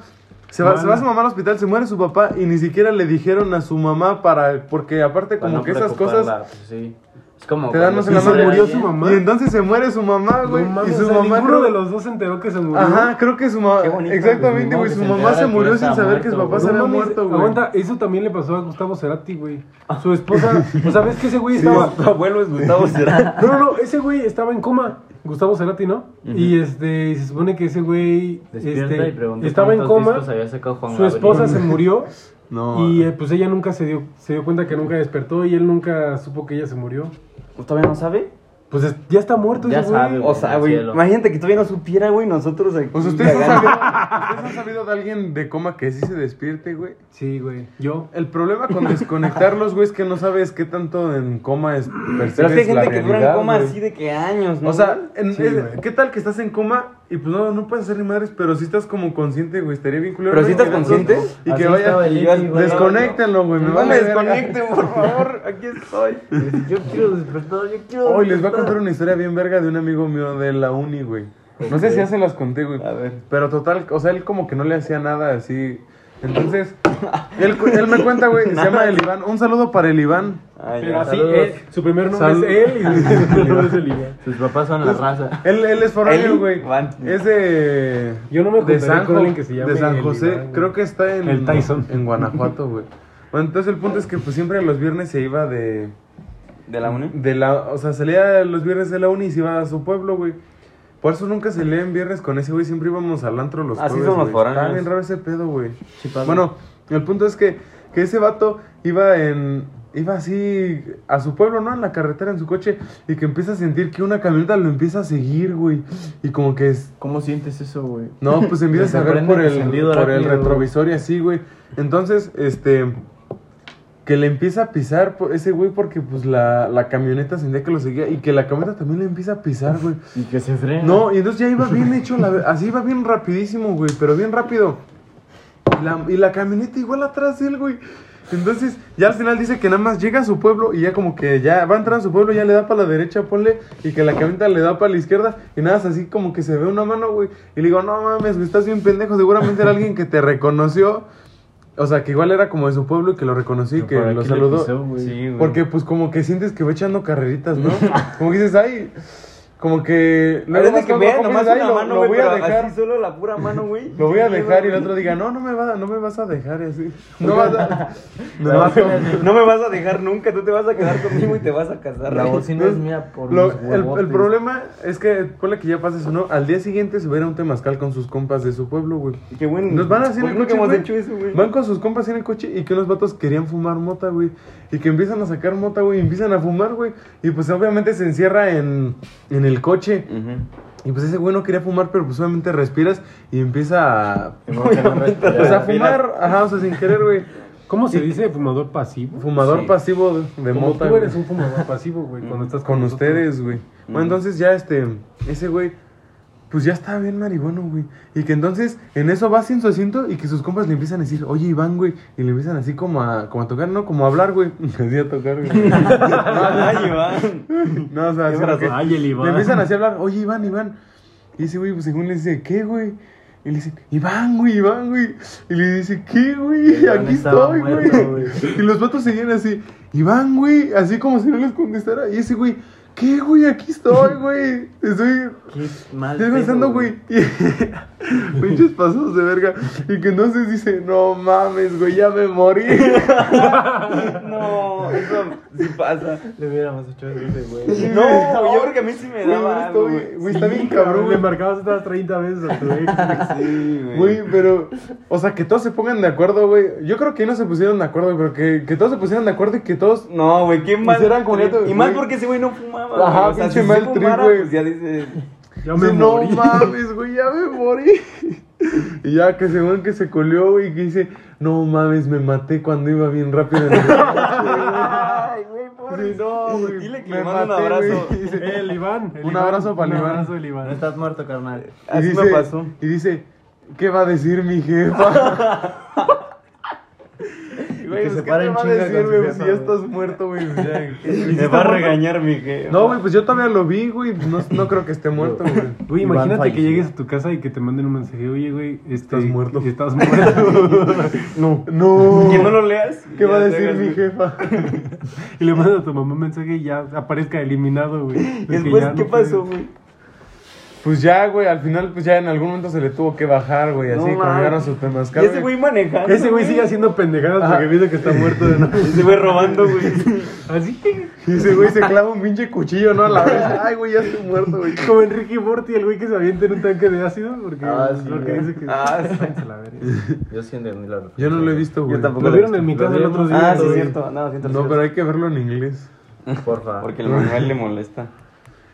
Speaker 2: Se va, se va su mamá al hospital, se muere su papá y ni siquiera le dijeron a su mamá para... Porque aparte
Speaker 4: Para
Speaker 2: como
Speaker 4: no
Speaker 2: que esas
Speaker 4: preocuparla,
Speaker 2: cosas
Speaker 4: pues, sí. Es como.
Speaker 2: te dan más
Speaker 4: cuando tú
Speaker 2: en la
Speaker 1: se
Speaker 2: mano.
Speaker 1: murió
Speaker 4: eres
Speaker 1: su
Speaker 4: alguien-
Speaker 1: mamá.
Speaker 2: Y entonces se muere su mamá, güey.
Speaker 1: No mames,
Speaker 2: y su
Speaker 1: o sea,
Speaker 2: mamá...
Speaker 1: ninguno
Speaker 2: creo-
Speaker 1: de los dos se enteró que se murió.
Speaker 2: Ajá, creo que su mamá...
Speaker 3: Qué bonito,
Speaker 4: pues,
Speaker 2: Exactamente,
Speaker 4: ni
Speaker 2: güey.
Speaker 4: modo
Speaker 2: Su
Speaker 4: que se
Speaker 2: mamá se
Speaker 4: enterara que
Speaker 2: murió
Speaker 4: ya
Speaker 2: sin
Speaker 4: estaba
Speaker 2: saber que su
Speaker 4: muerto,
Speaker 2: papá
Speaker 4: güey.
Speaker 2: se
Speaker 1: No
Speaker 2: había
Speaker 1: mames,
Speaker 2: muerto, güey. Ah.
Speaker 1: Aguanta, eso también le pasó a Gustavo Cerati, güey. Su esposa, o sea, ves que ese güey
Speaker 3: Sí,
Speaker 1: estaba.
Speaker 3: tu abuelo es Gustavo Cerati.
Speaker 1: No, no, no, ese güey estaba en coma. Gustavo Cerati, ¿no? Y este, y se supone que ese güey
Speaker 4: Despierta
Speaker 1: este,
Speaker 4: y pregunta
Speaker 1: estaba en
Speaker 4: cuántos
Speaker 1: coma.
Speaker 4: discos había sacado Juan
Speaker 1: Su esposa se
Speaker 4: Gabriel.
Speaker 1: murió
Speaker 2: No.
Speaker 1: y eh, pues ella nunca se dio, se dio cuenta que nunca despertó y él nunca supo que ella se murió.
Speaker 3: ¿Todavía no sabe?
Speaker 1: Pues es- ya está muerto
Speaker 4: Ya
Speaker 1: ese güey.
Speaker 4: sabe,
Speaker 3: O sea,
Speaker 4: Del
Speaker 3: güey,
Speaker 4: cielo.
Speaker 3: imagínate que todavía no supiera, güey, nosotros aquí.
Speaker 2: Pues ustedes han,
Speaker 3: cagando.
Speaker 2: sabido, ustedes han sabido de alguien de coma que sí se despierte, güey.
Speaker 1: Sí, güey. Yo.
Speaker 2: El problema con desconectarlos, güey, es que no sabes qué tanto en coma es percibes
Speaker 3: Pero es que hay
Speaker 2: la
Speaker 3: gente que dura en
Speaker 2: realidad,
Speaker 3: coma
Speaker 2: güey.
Speaker 3: así de que años, ¿no?
Speaker 2: O sea, en-
Speaker 1: Sí,
Speaker 2: es-
Speaker 1: güey.
Speaker 2: ¿qué tal que estás en coma y pues no, no puedes hacer ni madres, pero si estás como consciente, güey, estaría bien culero.
Speaker 3: ¿Pero
Speaker 2: ¿no?
Speaker 3: si estás
Speaker 2: Que vayas-
Speaker 3: consciente?
Speaker 2: Y que
Speaker 4: Así
Speaker 2: vaya,
Speaker 4: estaba el
Speaker 2: y vas-
Speaker 4: Iti, güey.
Speaker 2: desconéctenlo, güey, Pues, me
Speaker 3: no
Speaker 2: vale
Speaker 3: me
Speaker 2: verga.
Speaker 3: desconecten, por favor. Aquí estoy.
Speaker 4: Yo quiero despertar, yo quiero.
Speaker 2: Hoy les voy a
Speaker 4: despertar.
Speaker 2: contar una historia bien verga de un amigo mío de la uni, güey. No sé si ya se las conté, güey.
Speaker 3: A ver.
Speaker 2: Pero total, o sea, él como que no le hacía nada así. Entonces, él, cu- él me cuenta, güey, se llama el Iván. Un saludo para el Iván.
Speaker 3: Ay,
Speaker 1: Pero
Speaker 3: ya.
Speaker 1: así,
Speaker 4: Saludos.
Speaker 1: eh, su primer nombre
Speaker 2: Salud.
Speaker 1: es él y su segundo nombre es el Iván.
Speaker 4: Sus papás son la raza.
Speaker 2: Él, él es foráneo,
Speaker 3: Eli
Speaker 2: güey.
Speaker 3: Van.
Speaker 2: Es de.
Speaker 1: Yo no me
Speaker 2: de
Speaker 1: juntaría
Speaker 2: San,
Speaker 1: con alguien
Speaker 2: Jo-
Speaker 1: que se llame
Speaker 2: de San
Speaker 1: el
Speaker 2: José.
Speaker 1: Iván, güey.
Speaker 2: Creo que está en.
Speaker 1: El Tyson.
Speaker 2: En Guanajuato, güey. Bueno, entonces el punto es que pues siempre los viernes se iba de.
Speaker 3: ¿De la uni?
Speaker 2: de la, o sea, salía los viernes de la uni y se iba a su pueblo, güey. Por eso nunca se en viernes con ese güey, siempre íbamos al antro los
Speaker 3: Así
Speaker 2: jueves,
Speaker 3: son los
Speaker 2: güey. Está
Speaker 3: foráneos.
Speaker 2: bien raro ese pedo, güey. Bueno, el punto es que, que ese vato iba en iba así a su pueblo, ¿no? En la carretera en su coche y que empieza a sentir que una camioneta lo empieza a seguir, güey. Y como que es
Speaker 4: ¿Cómo sientes eso, güey?
Speaker 2: no, pues
Speaker 4: Me
Speaker 2: empiezas a ver
Speaker 4: sorprende
Speaker 2: por
Speaker 4: que
Speaker 2: el,
Speaker 4: salido
Speaker 2: por el
Speaker 4: rápido.
Speaker 2: retrovisor y así, güey. Entonces, este. Que le empieza a pisar po- ese güey porque, pues, la, la camioneta sentía que lo seguía y que la camioneta también le empieza a pisar, güey.
Speaker 4: Y que se frena.
Speaker 2: No, y entonces ya iba bien hecho, la, ve- así iba bien rapidísimo, güey, pero bien rápido. Y la, y la camioneta igual atrás de él, güey. Entonces, ya al final dice que nada más llega a su pueblo y ya como que ya va a entrar a su pueblo, ya le da para la derecha, ponle, y que la camioneta le da para la izquierda, y nada, es así como que se ve una mano, güey. Y le digo, no mames, güey, estás bien pendejo, seguramente era alguien que te reconoció. O sea, que igual era como de su pueblo y que lo reconocí y que
Speaker 4: ¿Por
Speaker 2: lo
Speaker 4: qué le
Speaker 2: saludó.
Speaker 4: pisó, güey?
Speaker 2: Porque pues como que sientes que va echando carreritas, ¿no? como que dices, ay, como que luego
Speaker 3: Luego
Speaker 2: vas
Speaker 3: que
Speaker 2: con
Speaker 3: vea
Speaker 2: otro,
Speaker 3: nomás
Speaker 2: dices, "Ay,
Speaker 3: una
Speaker 2: lo-
Speaker 3: mano,
Speaker 2: lo
Speaker 3: güey,
Speaker 2: voy a
Speaker 3: pero
Speaker 2: dejar.
Speaker 3: así solo la pura mano, güey.
Speaker 2: Lo voy a
Speaker 3: Sí,
Speaker 2: dejar y el
Speaker 3: güey.
Speaker 2: otro diga, no, no me, va, no me vas a dejar y así. No vas a... No
Speaker 3: No,
Speaker 2: vas a...
Speaker 3: no me vas a dejar nunca, tú te vas a quedar conmigo y te vas a casar.
Speaker 4: La
Speaker 3: güey.
Speaker 4: bocina es mía por
Speaker 2: Lo-
Speaker 4: mis
Speaker 2: el, el
Speaker 4: huevotes.
Speaker 2: problema es que, ponle que ya pases uno, al día siguiente se va a ir a un temazcal con sus compas de su pueblo, güey.
Speaker 3: Qué bueno.
Speaker 2: Nos van así en
Speaker 3: ¿Por
Speaker 2: el
Speaker 3: qué
Speaker 2: coche,
Speaker 3: nunca hemos
Speaker 2: güey?
Speaker 3: hecho eso, güey.
Speaker 2: Van con sus compas en el coche y que unos vatos querían fumar mota, güey. Y que empiezan a sacar mota, güey. Y empiezan a fumar, güey. Y pues obviamente se encierra en, en el coche.
Speaker 3: Ujú.
Speaker 2: Y pues ese güey no quería fumar, pero pues obviamente respiras y empieza a...
Speaker 4: Y como que no respira.
Speaker 2: Pues a
Speaker 3: respiras.
Speaker 2: fumar, ajá, o sea, sin querer, güey.
Speaker 1: ¿Cómo se dice fumador pasivo?
Speaker 2: Fumador
Speaker 3: Sí.
Speaker 2: pasivo de- de
Speaker 1: Como
Speaker 2: mota,
Speaker 1: tú
Speaker 2: güey.
Speaker 1: eres un fumador pasivo, güey, cuando estás
Speaker 2: con
Speaker 1: nosotros. Mm.
Speaker 2: ustedes, güey. Bueno, entonces ya este, ese güey, pues ya estaba bien marihuano, güey. Y que entonces en eso va sin su asiento y que sus compas le empiezan a decir, oye Iván, güey. Y le empiezan así como a, como a tocar, no, como a hablar, güey. Así a tocar, güey.
Speaker 3: Ay, Iván.
Speaker 2: No, o sea, así
Speaker 3: Qué
Speaker 2: como que-
Speaker 3: brazo.
Speaker 4: Ay, el Iván.
Speaker 2: le empiezan así a hablar, oye Iván, Iván. Y ese güey, pues según le dice, ¿qué, güey? Y le dice, Iván, güey, Iván, güey. Y le dice, ¿qué, güey?
Speaker 4: Iván
Speaker 2: Aquí
Speaker 4: estaba
Speaker 2: estoy,
Speaker 4: muerto,
Speaker 2: güey. Y los vatos seguían así, Iván, güey, así como si no les contestara. Y ese güey, ¿qué, güey? Aquí estoy, güey. Estoy
Speaker 4: Qué mal.
Speaker 2: Estoy
Speaker 4: pedo,
Speaker 2: pensando, güey. y- Pinches pasos de verga. Y que entonces dice, no mames, güey, ya me morí.
Speaker 3: No, eso sí pasa.
Speaker 4: Le hubiéramos hecho ese, güey.
Speaker 2: Sí,
Speaker 3: No,
Speaker 2: güey.
Speaker 3: yo creo que a mí sí me
Speaker 2: Güey,
Speaker 3: daba algo,
Speaker 2: estoy-
Speaker 3: güey.
Speaker 2: güey, está bien cabrón,
Speaker 1: Cabrón, le
Speaker 2: güey.
Speaker 1: marcabas otras 30 veces a tu ex. güey.
Speaker 3: Sí,
Speaker 2: Güey, pero, o sea, que todos se pongan de acuerdo, güey. Yo creo que no se pusieron de acuerdo, pero que, que todos se pusieran de acuerdo y que todos.
Speaker 3: No, güey, qué mal.
Speaker 2: Hicieran como
Speaker 3: trip.
Speaker 2: neto,
Speaker 3: y más
Speaker 2: güey.
Speaker 3: porque ese güey no fumaba.
Speaker 2: Ajá,
Speaker 3: güey. O sea,
Speaker 2: pinche
Speaker 3: si
Speaker 2: mal
Speaker 3: mal
Speaker 2: trip,
Speaker 3: fumara,
Speaker 2: güey.
Speaker 3: pues ya dice.
Speaker 1: Ya me
Speaker 2: Dice, no
Speaker 1: morí.
Speaker 2: mames, güey, ya me morí. Y ya que según que se colió, güey, que dice, no mames, me maté cuando iba bien rápido. en el-
Speaker 3: Ay, güey, por
Speaker 2: Sí, no, güey.
Speaker 3: Dile que
Speaker 2: me
Speaker 3: le mando un
Speaker 2: maté,
Speaker 3: abrazo.
Speaker 2: güey. Dice-
Speaker 1: El Iván. el
Speaker 2: Un
Speaker 1: Iván,
Speaker 2: abrazo para el
Speaker 1: Un
Speaker 2: Iván.
Speaker 1: abrazo del Iván.
Speaker 4: No estás muerto, carnal.
Speaker 2: Y
Speaker 3: Así
Speaker 2: dice,
Speaker 3: me pasó.
Speaker 2: Y dice, ¿qué va a decir mi jefa? Güey,
Speaker 4: que
Speaker 2: pues,
Speaker 4: se
Speaker 2: ¿qué
Speaker 4: pare
Speaker 2: te
Speaker 4: en
Speaker 2: va a
Speaker 4: chinga
Speaker 2: decir,
Speaker 4: con
Speaker 2: güey?
Speaker 4: su
Speaker 2: Pues, Si
Speaker 4: jefa,
Speaker 2: ya
Speaker 4: güey.
Speaker 2: estás muerto, güey. pues, ya.
Speaker 3: Me va a regañar mi jefe.
Speaker 2: No, güey, pues yo todavía lo vi, güey. No, no creo que esté muerto, güey.
Speaker 1: Güey,
Speaker 4: Iván
Speaker 1: imagínate que
Speaker 4: fallecido.
Speaker 1: llegues a tu casa y que te manden un mensaje. Oye, güey, este,
Speaker 2: Estás muerto.
Speaker 1: Estás muerto.
Speaker 2: No. No.
Speaker 3: Que no lo leas.
Speaker 2: ¿Qué
Speaker 3: Ya
Speaker 2: va a
Speaker 3: te
Speaker 2: decir
Speaker 3: hagas,
Speaker 2: mi
Speaker 3: güey.
Speaker 2: jefa?
Speaker 1: y le mandas a tu mamá un mensaje y ya aparezca eliminado, güey.
Speaker 3: Y
Speaker 1: Porque
Speaker 3: después,
Speaker 1: ya
Speaker 3: ¿qué
Speaker 1: no
Speaker 3: pasó,
Speaker 1: puedes-
Speaker 3: güey?
Speaker 2: Pues ya, güey, al final, pues ya en algún momento se le tuvo que bajar, güey. Así,
Speaker 3: No,
Speaker 2: cuando
Speaker 3: man.
Speaker 2: llegaron sus
Speaker 3: Y
Speaker 2: temazcal.
Speaker 3: ese güey manejando.
Speaker 1: Ese güey sigue haciendo pendejadas
Speaker 2: Ah.
Speaker 1: porque viste que está muerto de nada.
Speaker 3: Ese güey robando, güey.
Speaker 1: Así que,
Speaker 2: Y ese güey se clava un pinche cuchillo, ¿no? A la vez. Ay, güey, ya estoy muerto, güey.
Speaker 1: como Enrique Borti, el güey que se avienta en un tanque de ácido. Porque
Speaker 4: Ah, sí,
Speaker 1: lo que
Speaker 4: güey.
Speaker 1: dice que.
Speaker 3: Ah, sí.
Speaker 1: Váyanse a la verga.
Speaker 4: Yo sí entendí la referencia.
Speaker 2: Yo no lo he visto, güey.
Speaker 3: tampoco.
Speaker 1: Lo vieron en mi
Speaker 4: Lo
Speaker 1: casa el
Speaker 4: vimos.
Speaker 1: otro día.
Speaker 3: Ah, sí, es
Speaker 1: güey.
Speaker 3: cierto. No, siento
Speaker 2: No, pero hay que verlo en inglés.
Speaker 4: Porfa.
Speaker 3: Porque el manual le molesta.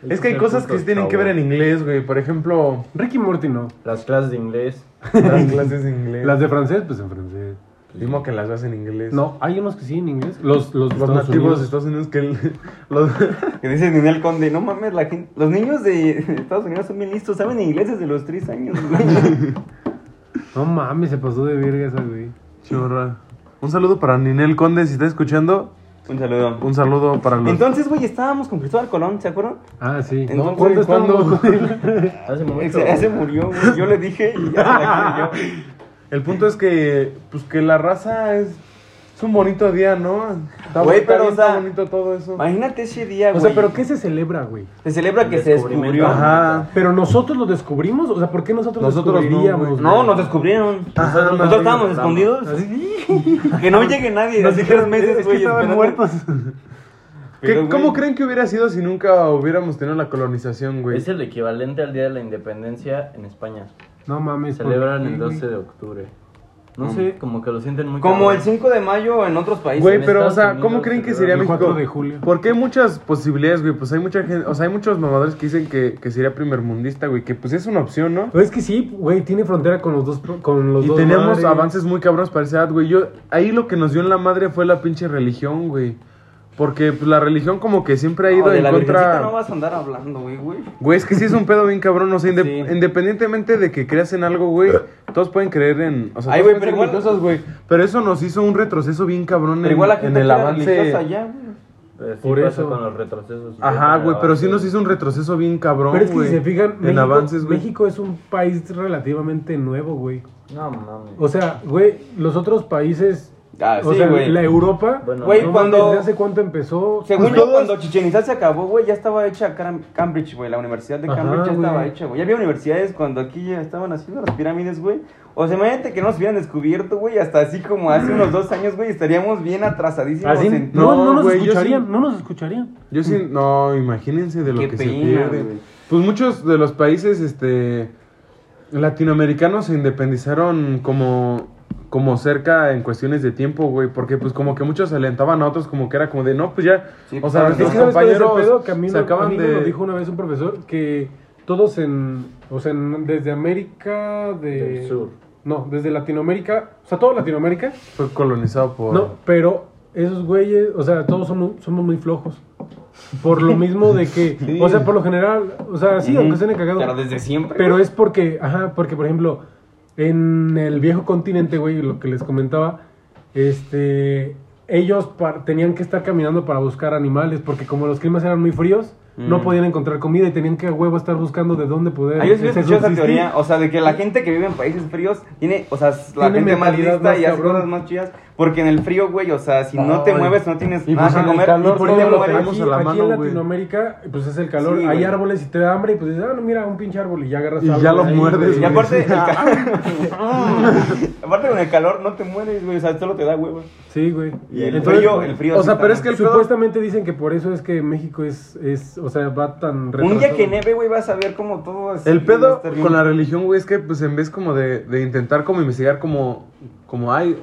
Speaker 2: Es que hay cosas que tienen que ver en inglés, güey. Por ejemplo,
Speaker 1: Ricky Morty no.
Speaker 4: Las clases de inglés.
Speaker 2: las clases de inglés.
Speaker 1: Las de francés, pues en francés.
Speaker 2: Dimo que las ves en inglés.
Speaker 1: No, hay unos que sí en inglés. Los,
Speaker 2: Los
Speaker 1: los, Estados
Speaker 2: nativos de
Speaker 1: Unidos.
Speaker 2: Estados Unidos que el- los,
Speaker 3: Que dice Ninel Conde, no mames, la gente, los niños de Estados Unidos son bien listos, saben inglés desde los 3 años, güey.
Speaker 1: No mames, se pasó de verga esa, güey.
Speaker 2: Chorra. Un saludo para Ninel Conde, si está escuchando.
Speaker 3: Un saludo.
Speaker 2: Un saludo para los.
Speaker 3: Entonces, güey, estábamos con Cristóbal Colón, ¿se acuerdan?
Speaker 1: Ah, sí.
Speaker 3: Entonces,
Speaker 1: ¿Cuándo
Speaker 2: ¿cuándo?
Speaker 1: estábamos con él?
Speaker 4: Hace mucho.
Speaker 3: Ese, ese murió, güey. Yo le dije y ya se la creyó.
Speaker 2: El punto es que, pues que la raza es. Es un bonito día, ¿no? Está,
Speaker 3: Güey,
Speaker 2: está
Speaker 3: pero,
Speaker 2: bien,
Speaker 3: o sea,
Speaker 2: está bonito todo eso.
Speaker 3: Imagínate ese día,
Speaker 1: o
Speaker 3: güey.
Speaker 1: sea, ¿pero qué se celebra, güey?
Speaker 3: Se celebra que
Speaker 4: El
Speaker 3: se descubrió.
Speaker 4: descubrimiento.
Speaker 2: Ajá.
Speaker 1: ¿Pero nosotros lo descubrimos? O sea, ¿por qué nosotros,
Speaker 2: Nosotros no,
Speaker 1: descubriríamos?
Speaker 2: güey.
Speaker 3: No, nos
Speaker 1: güey?
Speaker 3: descubrieron.
Speaker 2: Ajá,
Speaker 3: Nosotros
Speaker 2: no, no,
Speaker 3: estábamos
Speaker 2: no, no.
Speaker 3: escondidos.
Speaker 1: Así,
Speaker 3: Que no llegue nadie.
Speaker 1: Nos
Speaker 3: Hace tres
Speaker 1: dijeron,
Speaker 3: meses,
Speaker 1: es que
Speaker 3: güey.
Speaker 1: estaban
Speaker 3: esperando.
Speaker 1: muertos.
Speaker 2: ¿Qué-
Speaker 3: Pero, güey,
Speaker 2: ¿Cómo creen que hubiera sido si nunca hubiéramos tenido la colonización, güey?
Speaker 4: Es el equivalente al Día de la Independencia en España.
Speaker 1: No mames. ¿por
Speaker 4: Celebran
Speaker 1: qué,
Speaker 4: el
Speaker 1: güey?
Speaker 4: 12 de octubre. No
Speaker 3: Mm.
Speaker 4: sé, como que lo sienten muy
Speaker 3: Como
Speaker 4: cabrón.
Speaker 3: el 5 de mayo en otros países.
Speaker 2: Güey,
Speaker 4: en
Speaker 2: pero, o
Speaker 4: Estados
Speaker 2: sea, ¿cómo
Speaker 4: Unidos
Speaker 2: creen que
Speaker 4: se
Speaker 2: sería
Speaker 1: el
Speaker 2: México?
Speaker 1: 4 de julio.
Speaker 2: Porque hay muchas posibilidades, güey. Pues hay mucha gente, o sea, hay muchos mamadores que dicen que, que sería primermundista, güey. Que pues es una opción, ¿no?
Speaker 1: Pero es que sí, güey, tiene frontera con los dos. Con los
Speaker 2: Y
Speaker 1: dos
Speaker 2: teníamos
Speaker 1: mares.
Speaker 2: avances muy cabrones para esa edad, güey. Yo, ahí lo que nos dio en la madre fue la pinche religión, güey. Porque pues, la religión como que siempre ha ido
Speaker 3: No, de
Speaker 2: en
Speaker 3: la
Speaker 2: contra...
Speaker 3: Virgencita no vas a andar hablando, güey, güey.
Speaker 2: Güey, es que sí es un pedo bien cabrón. O sea, inde-
Speaker 3: Sí.
Speaker 2: independientemente de que creas en algo, güey, todos pueden creer en... O sea, todos
Speaker 3: Ay, güey,
Speaker 2: pueden
Speaker 3: pero
Speaker 2: ser
Speaker 3: igual-
Speaker 2: religiosos, güey. Pero eso nos hizo un retroceso bien cabrón
Speaker 3: Pero
Speaker 2: en,
Speaker 3: igual la
Speaker 2: en
Speaker 3: gente
Speaker 2: el
Speaker 3: era
Speaker 2: avance...
Speaker 3: religiosa allá, güey.
Speaker 4: Eh, sí
Speaker 1: Por
Speaker 4: pasa
Speaker 1: eso.
Speaker 4: con los retrocesos.
Speaker 2: Ajá, güey, pero sí nos hizo un retroceso bien cabrón,
Speaker 1: Pero es que
Speaker 2: güey,
Speaker 1: si se fijan,
Speaker 2: en
Speaker 1: México,
Speaker 2: avances, güey.
Speaker 1: México es un país relativamente nuevo, güey.
Speaker 4: No mames.
Speaker 1: O sea, güey, los otros países.
Speaker 3: Ah,
Speaker 1: o
Speaker 3: sí,
Speaker 1: sea,
Speaker 3: güey.
Speaker 1: la Europa.
Speaker 4: Bueno,
Speaker 3: Güey,
Speaker 1: no
Speaker 3: cuando-
Speaker 1: mames, ¿Desde hace cuánto empezó?
Speaker 3: Según
Speaker 2: Pues
Speaker 3: yo,
Speaker 2: todos-
Speaker 3: cuando Chichen Itza se acabó, güey, ya estaba hecha Cam- Cambridge, güey. La universidad de
Speaker 1: Ajá,
Speaker 3: Cambridge ya estaba
Speaker 1: güey.
Speaker 3: hecha, güey. Ya había universidades cuando aquí ya estaban haciendo las pirámides, güey. O sea, imagínate que no nos hubieran descubierto, güey. Hasta así como hace unos dos años, güey, estaríamos bien atrasadísimos.
Speaker 1: Así,
Speaker 3: en-
Speaker 1: no,
Speaker 2: No,
Speaker 1: no, nos
Speaker 2: güey, yo
Speaker 1: escucharían,
Speaker 2: sí.
Speaker 1: no nos escucharían.
Speaker 2: Yo sí, no, imagínense de lo
Speaker 3: Qué
Speaker 2: que se
Speaker 3: pena,
Speaker 2: pierde.
Speaker 3: güey.
Speaker 2: Pues muchos de los países este latinoamericanos se independizaron como como cerca en cuestiones de tiempo, güey, porque pues como que muchos alentaban a otros como que era como de, no, pues ya,
Speaker 3: Sí,
Speaker 2: o sea,
Speaker 3: pues,
Speaker 2: nuestros
Speaker 1: Es que sabes cuál es el
Speaker 2: compañeros
Speaker 1: pedo que a mí,
Speaker 2: se
Speaker 1: no- a
Speaker 2: acaban
Speaker 1: mí me
Speaker 2: de
Speaker 1: lo dijo una vez un profesor que todos en, o sea, en- desde América de-
Speaker 4: Del sur.
Speaker 1: No, desde Latinoamérica, o sea, todo Latinoamérica.
Speaker 2: fue colonizado por
Speaker 1: No, pero esos güeyes, o sea, todos son- somos muy flojos. Por lo mismo de que, o sea, por lo general, o sea, sí,
Speaker 3: Ujú.
Speaker 1: aunque estén cagado.
Speaker 3: Pero desde siempre.
Speaker 1: Pero
Speaker 3: güey.
Speaker 1: es porque, ajá, porque por ejemplo, en el viejo continente, güey, lo que les comentaba, este, ellos par- tenían que estar caminando para buscar animales, porque como los climas eran muy fríos, no
Speaker 3: Mm.
Speaker 1: podían encontrar comida y tenían que a huevo estar buscando de dónde poder.
Speaker 3: Ah, yo sí había
Speaker 1: este,
Speaker 3: escuchado esa
Speaker 1: subsistir.
Speaker 3: teoría, o sea, de que la gente que vive en países fríos tiene, o sea, es la
Speaker 1: Tiene
Speaker 3: gente más
Speaker 1: mentalidad
Speaker 3: lista
Speaker 1: más
Speaker 3: y hace
Speaker 1: cabrón.
Speaker 3: cosas más chidas, porque en el frío, güey, o sea, si no te
Speaker 1: Ay.
Speaker 3: mueves, no tienes
Speaker 2: Y
Speaker 3: nada
Speaker 2: pues
Speaker 3: que
Speaker 2: en el
Speaker 3: comer,
Speaker 2: calor,
Speaker 3: y por
Speaker 2: todo
Speaker 3: te
Speaker 2: lo
Speaker 3: mueres.
Speaker 2: tenemos
Speaker 1: Aquí,
Speaker 2: a la
Speaker 1: aquí
Speaker 2: mano,
Speaker 1: en
Speaker 2: güey.
Speaker 1: Latinoamérica, pues es el calor.
Speaker 3: Sí,
Speaker 1: Hay
Speaker 3: güey.
Speaker 1: árboles y te da hambre y pues dices, ah, no, mira, un pinche árbol y ya agarras
Speaker 2: Y ya lo
Speaker 1: algo de
Speaker 2: muerdes,
Speaker 1: güey.
Speaker 2: güey.
Speaker 3: Y aparte, el ca- aparte con el calor no te mueres, güey, o sea, solo te da hueva.
Speaker 1: Sí, güey.
Speaker 3: Y el
Speaker 1: Entonces,
Speaker 3: frío, el frío.
Speaker 2: o sea,
Speaker 3: sí
Speaker 2: pero
Speaker 3: está-
Speaker 2: es que el pedo-
Speaker 1: Supuestamente dicen que por eso es que México es, es o sea, va tan
Speaker 3: Un día
Speaker 1: retrasado.
Speaker 3: que neve, güey, vas a ver como todo así.
Speaker 2: El
Speaker 3: va a
Speaker 2: pedo
Speaker 3: estar bien.
Speaker 2: con la religión, güey, es que pues en vez como de, de intentar como investigar como, como hay,